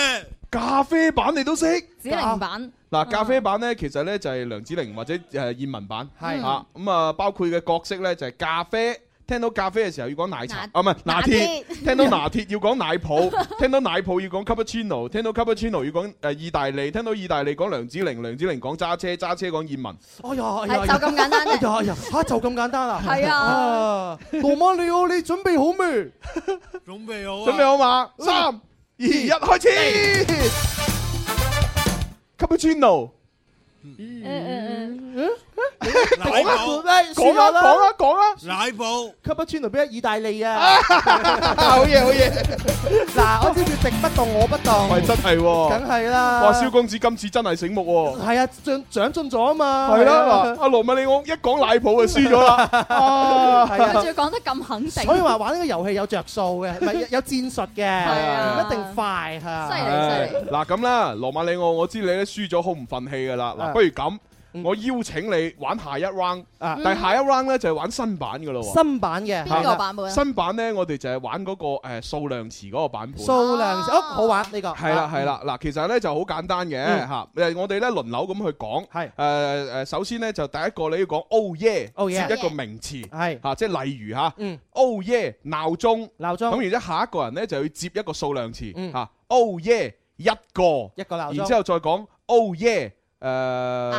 S6: 咖啡版你都識？
S1: 指令版
S6: 嗱，咖啡版咧，其實咧就係梁子玲或者誒燕文版，
S1: 係
S6: 啊咁啊，包括嘅角色咧就係咖啡。聽到咖啡嘅時候要講奶 茶，啊唔係拿
S1: 拿
S6: 鐵
S1: 鐵；
S6: 聽到拿鐵要講奶泡， 聽到奶泡要講 cappuccino，聽到 cappuccino 要講誒意大利，聽到意大利講梁子玲，梁子玲講揸車，揸車講燕文。
S7: 哎呀，哎
S1: 係
S7: 呀，
S1: 就咁簡單啫
S7: 哎呀哎呀，嚇就咁簡單啦，
S1: 係啊
S7: 啊，羅馬里奧，你準備好未？
S18: 準備好
S6: 準備好嘛？三二一，開始！cappuccino，
S7: 講啊
S6: 講啊講啊講啊！
S7: 奶布，cappuccino 邊係意大利啊？
S6: 好嘢好嘢！
S7: 嗱，我知佢敵不動我不動，
S6: 喂，真係喎，
S7: 梗係啦
S6: 哇，蕭公子今次真係醒目喎！
S7: 係啊，長長進咗啊嘛，
S6: 係啦，嗱，阿羅敏你我一講奶泡就輸咗 啦。啊
S7: 係
S1: 佢
S7: 啊
S1: 仲要講得咁肯定，
S7: 所以話玩呢個遊戲有着數嘅， 唔係有有戰術嘅，
S1: 啊
S7: 唔一定快嚇。
S1: 犀利
S6: 嗱咁啦，羅馬里奧，我知你咧輸咗好唔忿氣噶啦。嗱，
S7: 啊
S6: 不如咁，我邀請你玩下一 round，
S7: 啊
S6: 但係下一 round 咧就係玩新版噶咯喎。
S7: 新版嘅
S6: 係啦新版咧，我哋就係玩嗰個誒數量詞嗰個版本。
S7: 數量哦，好玩呢個。
S6: 係啦係啦，嗱，其實咧就好簡單嘅
S7: 嗯
S6: 嚇，誒我哋咧輪流咁去講，
S7: 係
S6: 誒誒，首先咧就第一個你要講 oh yeah，
S7: Oh yeah
S6: 接一個名詞，
S7: 係
S6: 嚇，即係例如嚇
S7: 嗯
S6: ，oh yeah 鬧鐘，
S7: 鬧鐘
S6: 咁然之後下一個人咧就要接一個數量詞
S7: 嗯
S6: 嚇，oh yeah 一個，
S7: 一個鬧鐘
S6: 然之後再講 oh yeah 誒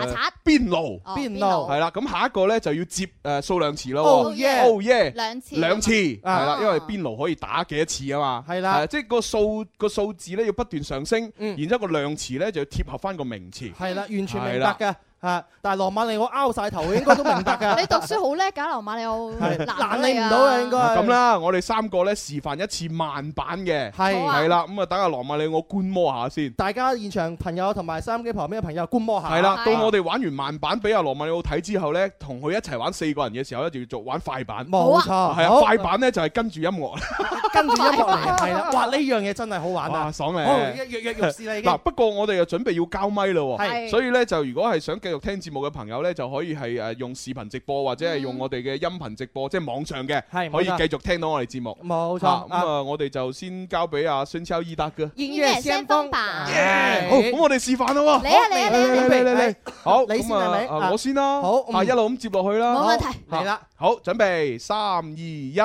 S1: 刷
S6: 邊爐
S1: 哦邊爐
S6: 係啦，咁下一個咧就要接誒數量詞咯喎
S7: Oh yeah
S6: ，oh yeah
S1: 兩次
S6: 兩次係
S7: 啊
S6: 啦，因為邊爐可以打幾多次啊嘛，
S7: 係啦嗯
S6: 啊即係個數個數字咧要不斷上升，然之後個量詞咧就要貼合翻個名詞，
S7: 係啦，完全明
S6: 嗯係啦
S7: 白嘅。嚇，但係羅馬利我拗晒頭，應該都明白㗎。
S1: 你讀書好叻，假羅馬你又難
S7: 難你唔到啊，應該。
S6: 咁啦，我哋三個咧示範一次慢版嘅，
S7: 係好啊
S6: 係啦，咁啊等阿羅馬你我觀摩下先。
S7: 大家現場朋友同埋收音機旁邊嘅朋友觀摩下。
S6: 係啦，到我哋玩完慢版俾阿羅馬里奧睇之後咧，同佢一齊玩四個人嘅時候咧，就要做玩快版。
S7: 冇錯
S6: 係啊，
S7: 好
S6: 快版咧就係跟住音樂。
S7: 跟住音樂 嚟，係啦，哇！呢樣嘢真係好玩啊，
S6: 哇 爽咧
S7: 好躍躍躍欲試啦已經
S6: 嗱，。不過我哋又準備要交咪咯喎，
S7: 係
S6: 所以咧就如果係想繼續聽節目嘅朋友咧，就可以係誒用視頻直播或者係用我哋嘅音頻直播，即係網上嘅，
S7: 係
S6: 可以
S7: 冇錯
S6: 繼續聽到我哋節目。
S7: 冇錯
S6: 啊咁
S7: 啊
S6: 啊，我哋就先交俾阿孫超伊達嘅。
S1: 音樂先鋒
S7: 啊
S1: 榜，
S6: 好，咁我哋示範啦喎。
S1: 嚟啊嚟啊嚟啊
S6: 嚟
S1: 嚟
S6: 嚟
S7: 哎
S6: 嚟，好，
S7: 你先
S6: 咁啊
S7: 係咪
S6: 啊
S7: 啊
S6: 我先啦。
S7: 好
S6: 啊
S7: 嗯
S6: 一路咁接落去啦。
S7: 冇問題
S6: 好
S7: 嚟啦，
S6: 好，準備三二一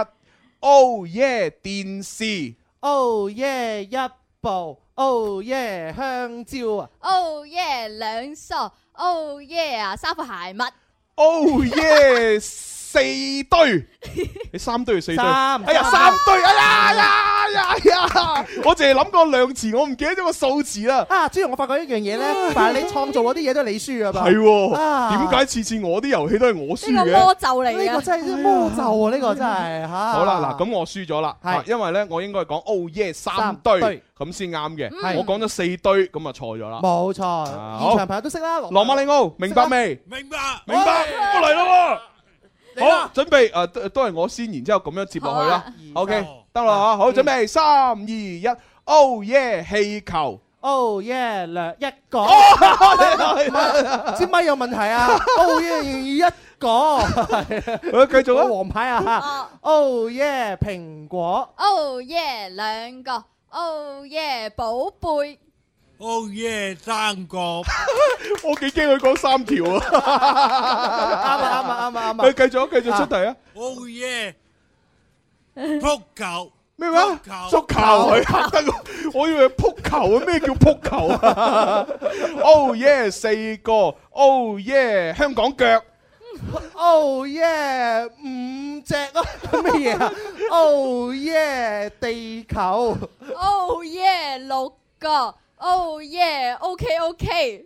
S6: ，Oh yeah 電視。
S7: Oh yeah，一步，Oh yeah，香蕉啊
S1: Oh yeah，兩梳，Oh yeah 啊，衫褲鞋襪，
S6: Oh yeah，四堆，你三堆定四堆？
S7: 三啊
S6: 哎呀，三堆，哎呀哎呀哎呀哎呀！我淨係諗個量詞，我唔記得咗個數字啦。
S7: 啊！朱紅，我發覺一樣 嘢咧，但係你創造嗰啲嘢都係你輸㗎嘛。
S6: 係喎，
S7: 啊
S6: 點解次次我啲遊戲都係我輸
S7: 呢個
S6: 嘅？
S7: 魔咒嚟嘅呢個真係魔咒啊呢個真係嚇
S6: 好啦，嗱，咁我輸咗啦，
S7: 係
S6: 啊因為咧我應該係講 Oh yeah 三
S7: 三
S6: 堆
S7: 堆
S6: 咁先啱嘅，
S7: 係
S6: 我講咗四堆咁啊錯咗啦。
S7: 冇錯，
S6: 啊
S7: 現場朋友都識啦。羅
S6: 羅馬里奧，明白未？
S7: 明
S6: 白，明白，我嚟啦喎！好，準備誒，都都係我先，然之後咁樣接落去啦。OK，得啦嚇，好，準備三二一，Oh yeah，氣球。
S7: Oh yeah，兩一 個。
S6: 係係
S7: 支咪有問題 啊！Oh yeah，要一個。
S6: 我繼續啊，
S7: 黃牌啊嚇。Oh yeah，蘋果。
S1: Oh yeah，兩個，Oh yeah，寶貝。
S5: Oh yeah，生果。
S6: 我幾驚佢講三條啊！
S7: 啱啊啱啊啱啊啱啊
S6: 佢繼續啊，繼續出題啊！
S5: Oh yeah，撲球。
S6: 咩話？足球佢嚇 得我，我以為撲球啊！咩叫撲球啊？Oh yeah，四個，Oh yeah，香港腳。
S7: Oh yeah，五隻 啊！乜嘢啊？Oh yeah，地球。
S1: Oh yeah，六個，Oh yeah，OK OK。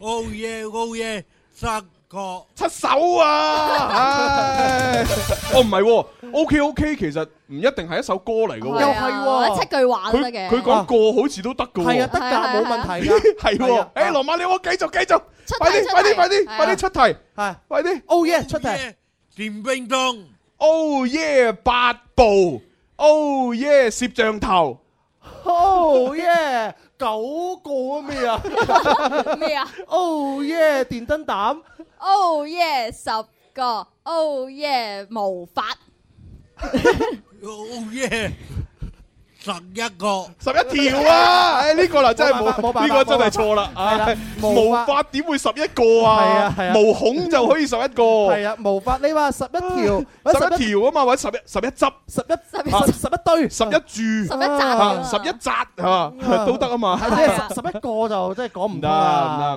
S5: Oh yeah，Oh yeah，生果。
S6: 出手 啊！唉哦，唔係喎，OK OK，其實唔一定係一首歌嚟嘅喎，
S1: 又
S7: 啊
S1: 係喎或者七句話都得嘅
S6: 佢佢講個好似都得嘅喎，
S7: 係啊得㗎係係冇問題㗎
S6: 係
S7: 係
S6: 喎
S7: 啊，
S6: 誒羅馬你我繼續繼續，
S7: 出題
S6: 快啲
S7: 出題
S6: 快啲快啲
S7: 係啊
S6: 快啲出題，
S7: 係
S6: 快啲
S7: ，Oh yeah 出題，
S5: 田冰凍
S6: ，Oh yeah 八步，Oh yeah 攝像頭。
S7: Oh yeah，九個啊咩啊？
S1: 咩啊
S7: à? ？Oh yeah，電燈膽。
S1: Oh yeah，十個，Oh yeah，無法。
S5: ，Oh yeah，十一個。
S6: 十一條啊！ 唉，呢個啦真係
S7: 冇辦
S6: 冇，
S7: 法
S6: 呢個真係錯啦。
S7: 冇辦法
S6: 唉
S7: 係啦
S6: 無
S7: 無法
S6: 法點會十一個
S7: 係
S6: 啊
S7: 啊係？啊
S6: 無孔就可以十一個。
S7: 係啊，無法你話十一條，
S6: 十一條啊嘛，或者十一十一執、
S7: 十一十十一堆、
S6: 十一柱、
S7: 十一紮
S6: 啊十一紮係嘛，都得哦啊嘛。
S7: 係即係十十一個就真係講
S6: 唔得
S7: 唔通
S6: 唔
S7: 啦。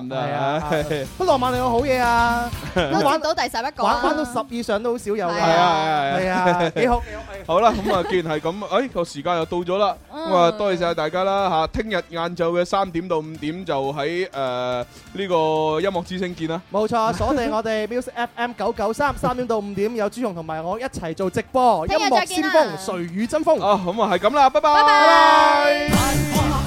S6: 得唔
S7: 係啊
S6: 得。
S7: 不過羅馬你我好嘢啊！
S1: 都接到第十一個
S7: 玩翻
S1: 啦
S7: 到。十以上都好少有㗎。
S6: 係啊係
S7: 係
S6: 啊
S7: 啊，幾好。
S6: 好啦，咁啊，既然係咁，誒個時間又到咗啦，咁啊，多謝晒大家啦嚇，聽日晏晝嘅三點到五點就喺誒呃呢個音樂之聲見啦。
S7: 冇錯，鎖定我哋 Music FM 九九三三點到五點，有朱紅同埋我一齊做直播，音
S1: 聽日再
S7: 樂
S1: 見
S7: 先
S1: 啦
S7: 鋒，誰與爭鋒。
S6: 嗯啊，咁啊係咁啦，拜拜。
S1: 拜拜。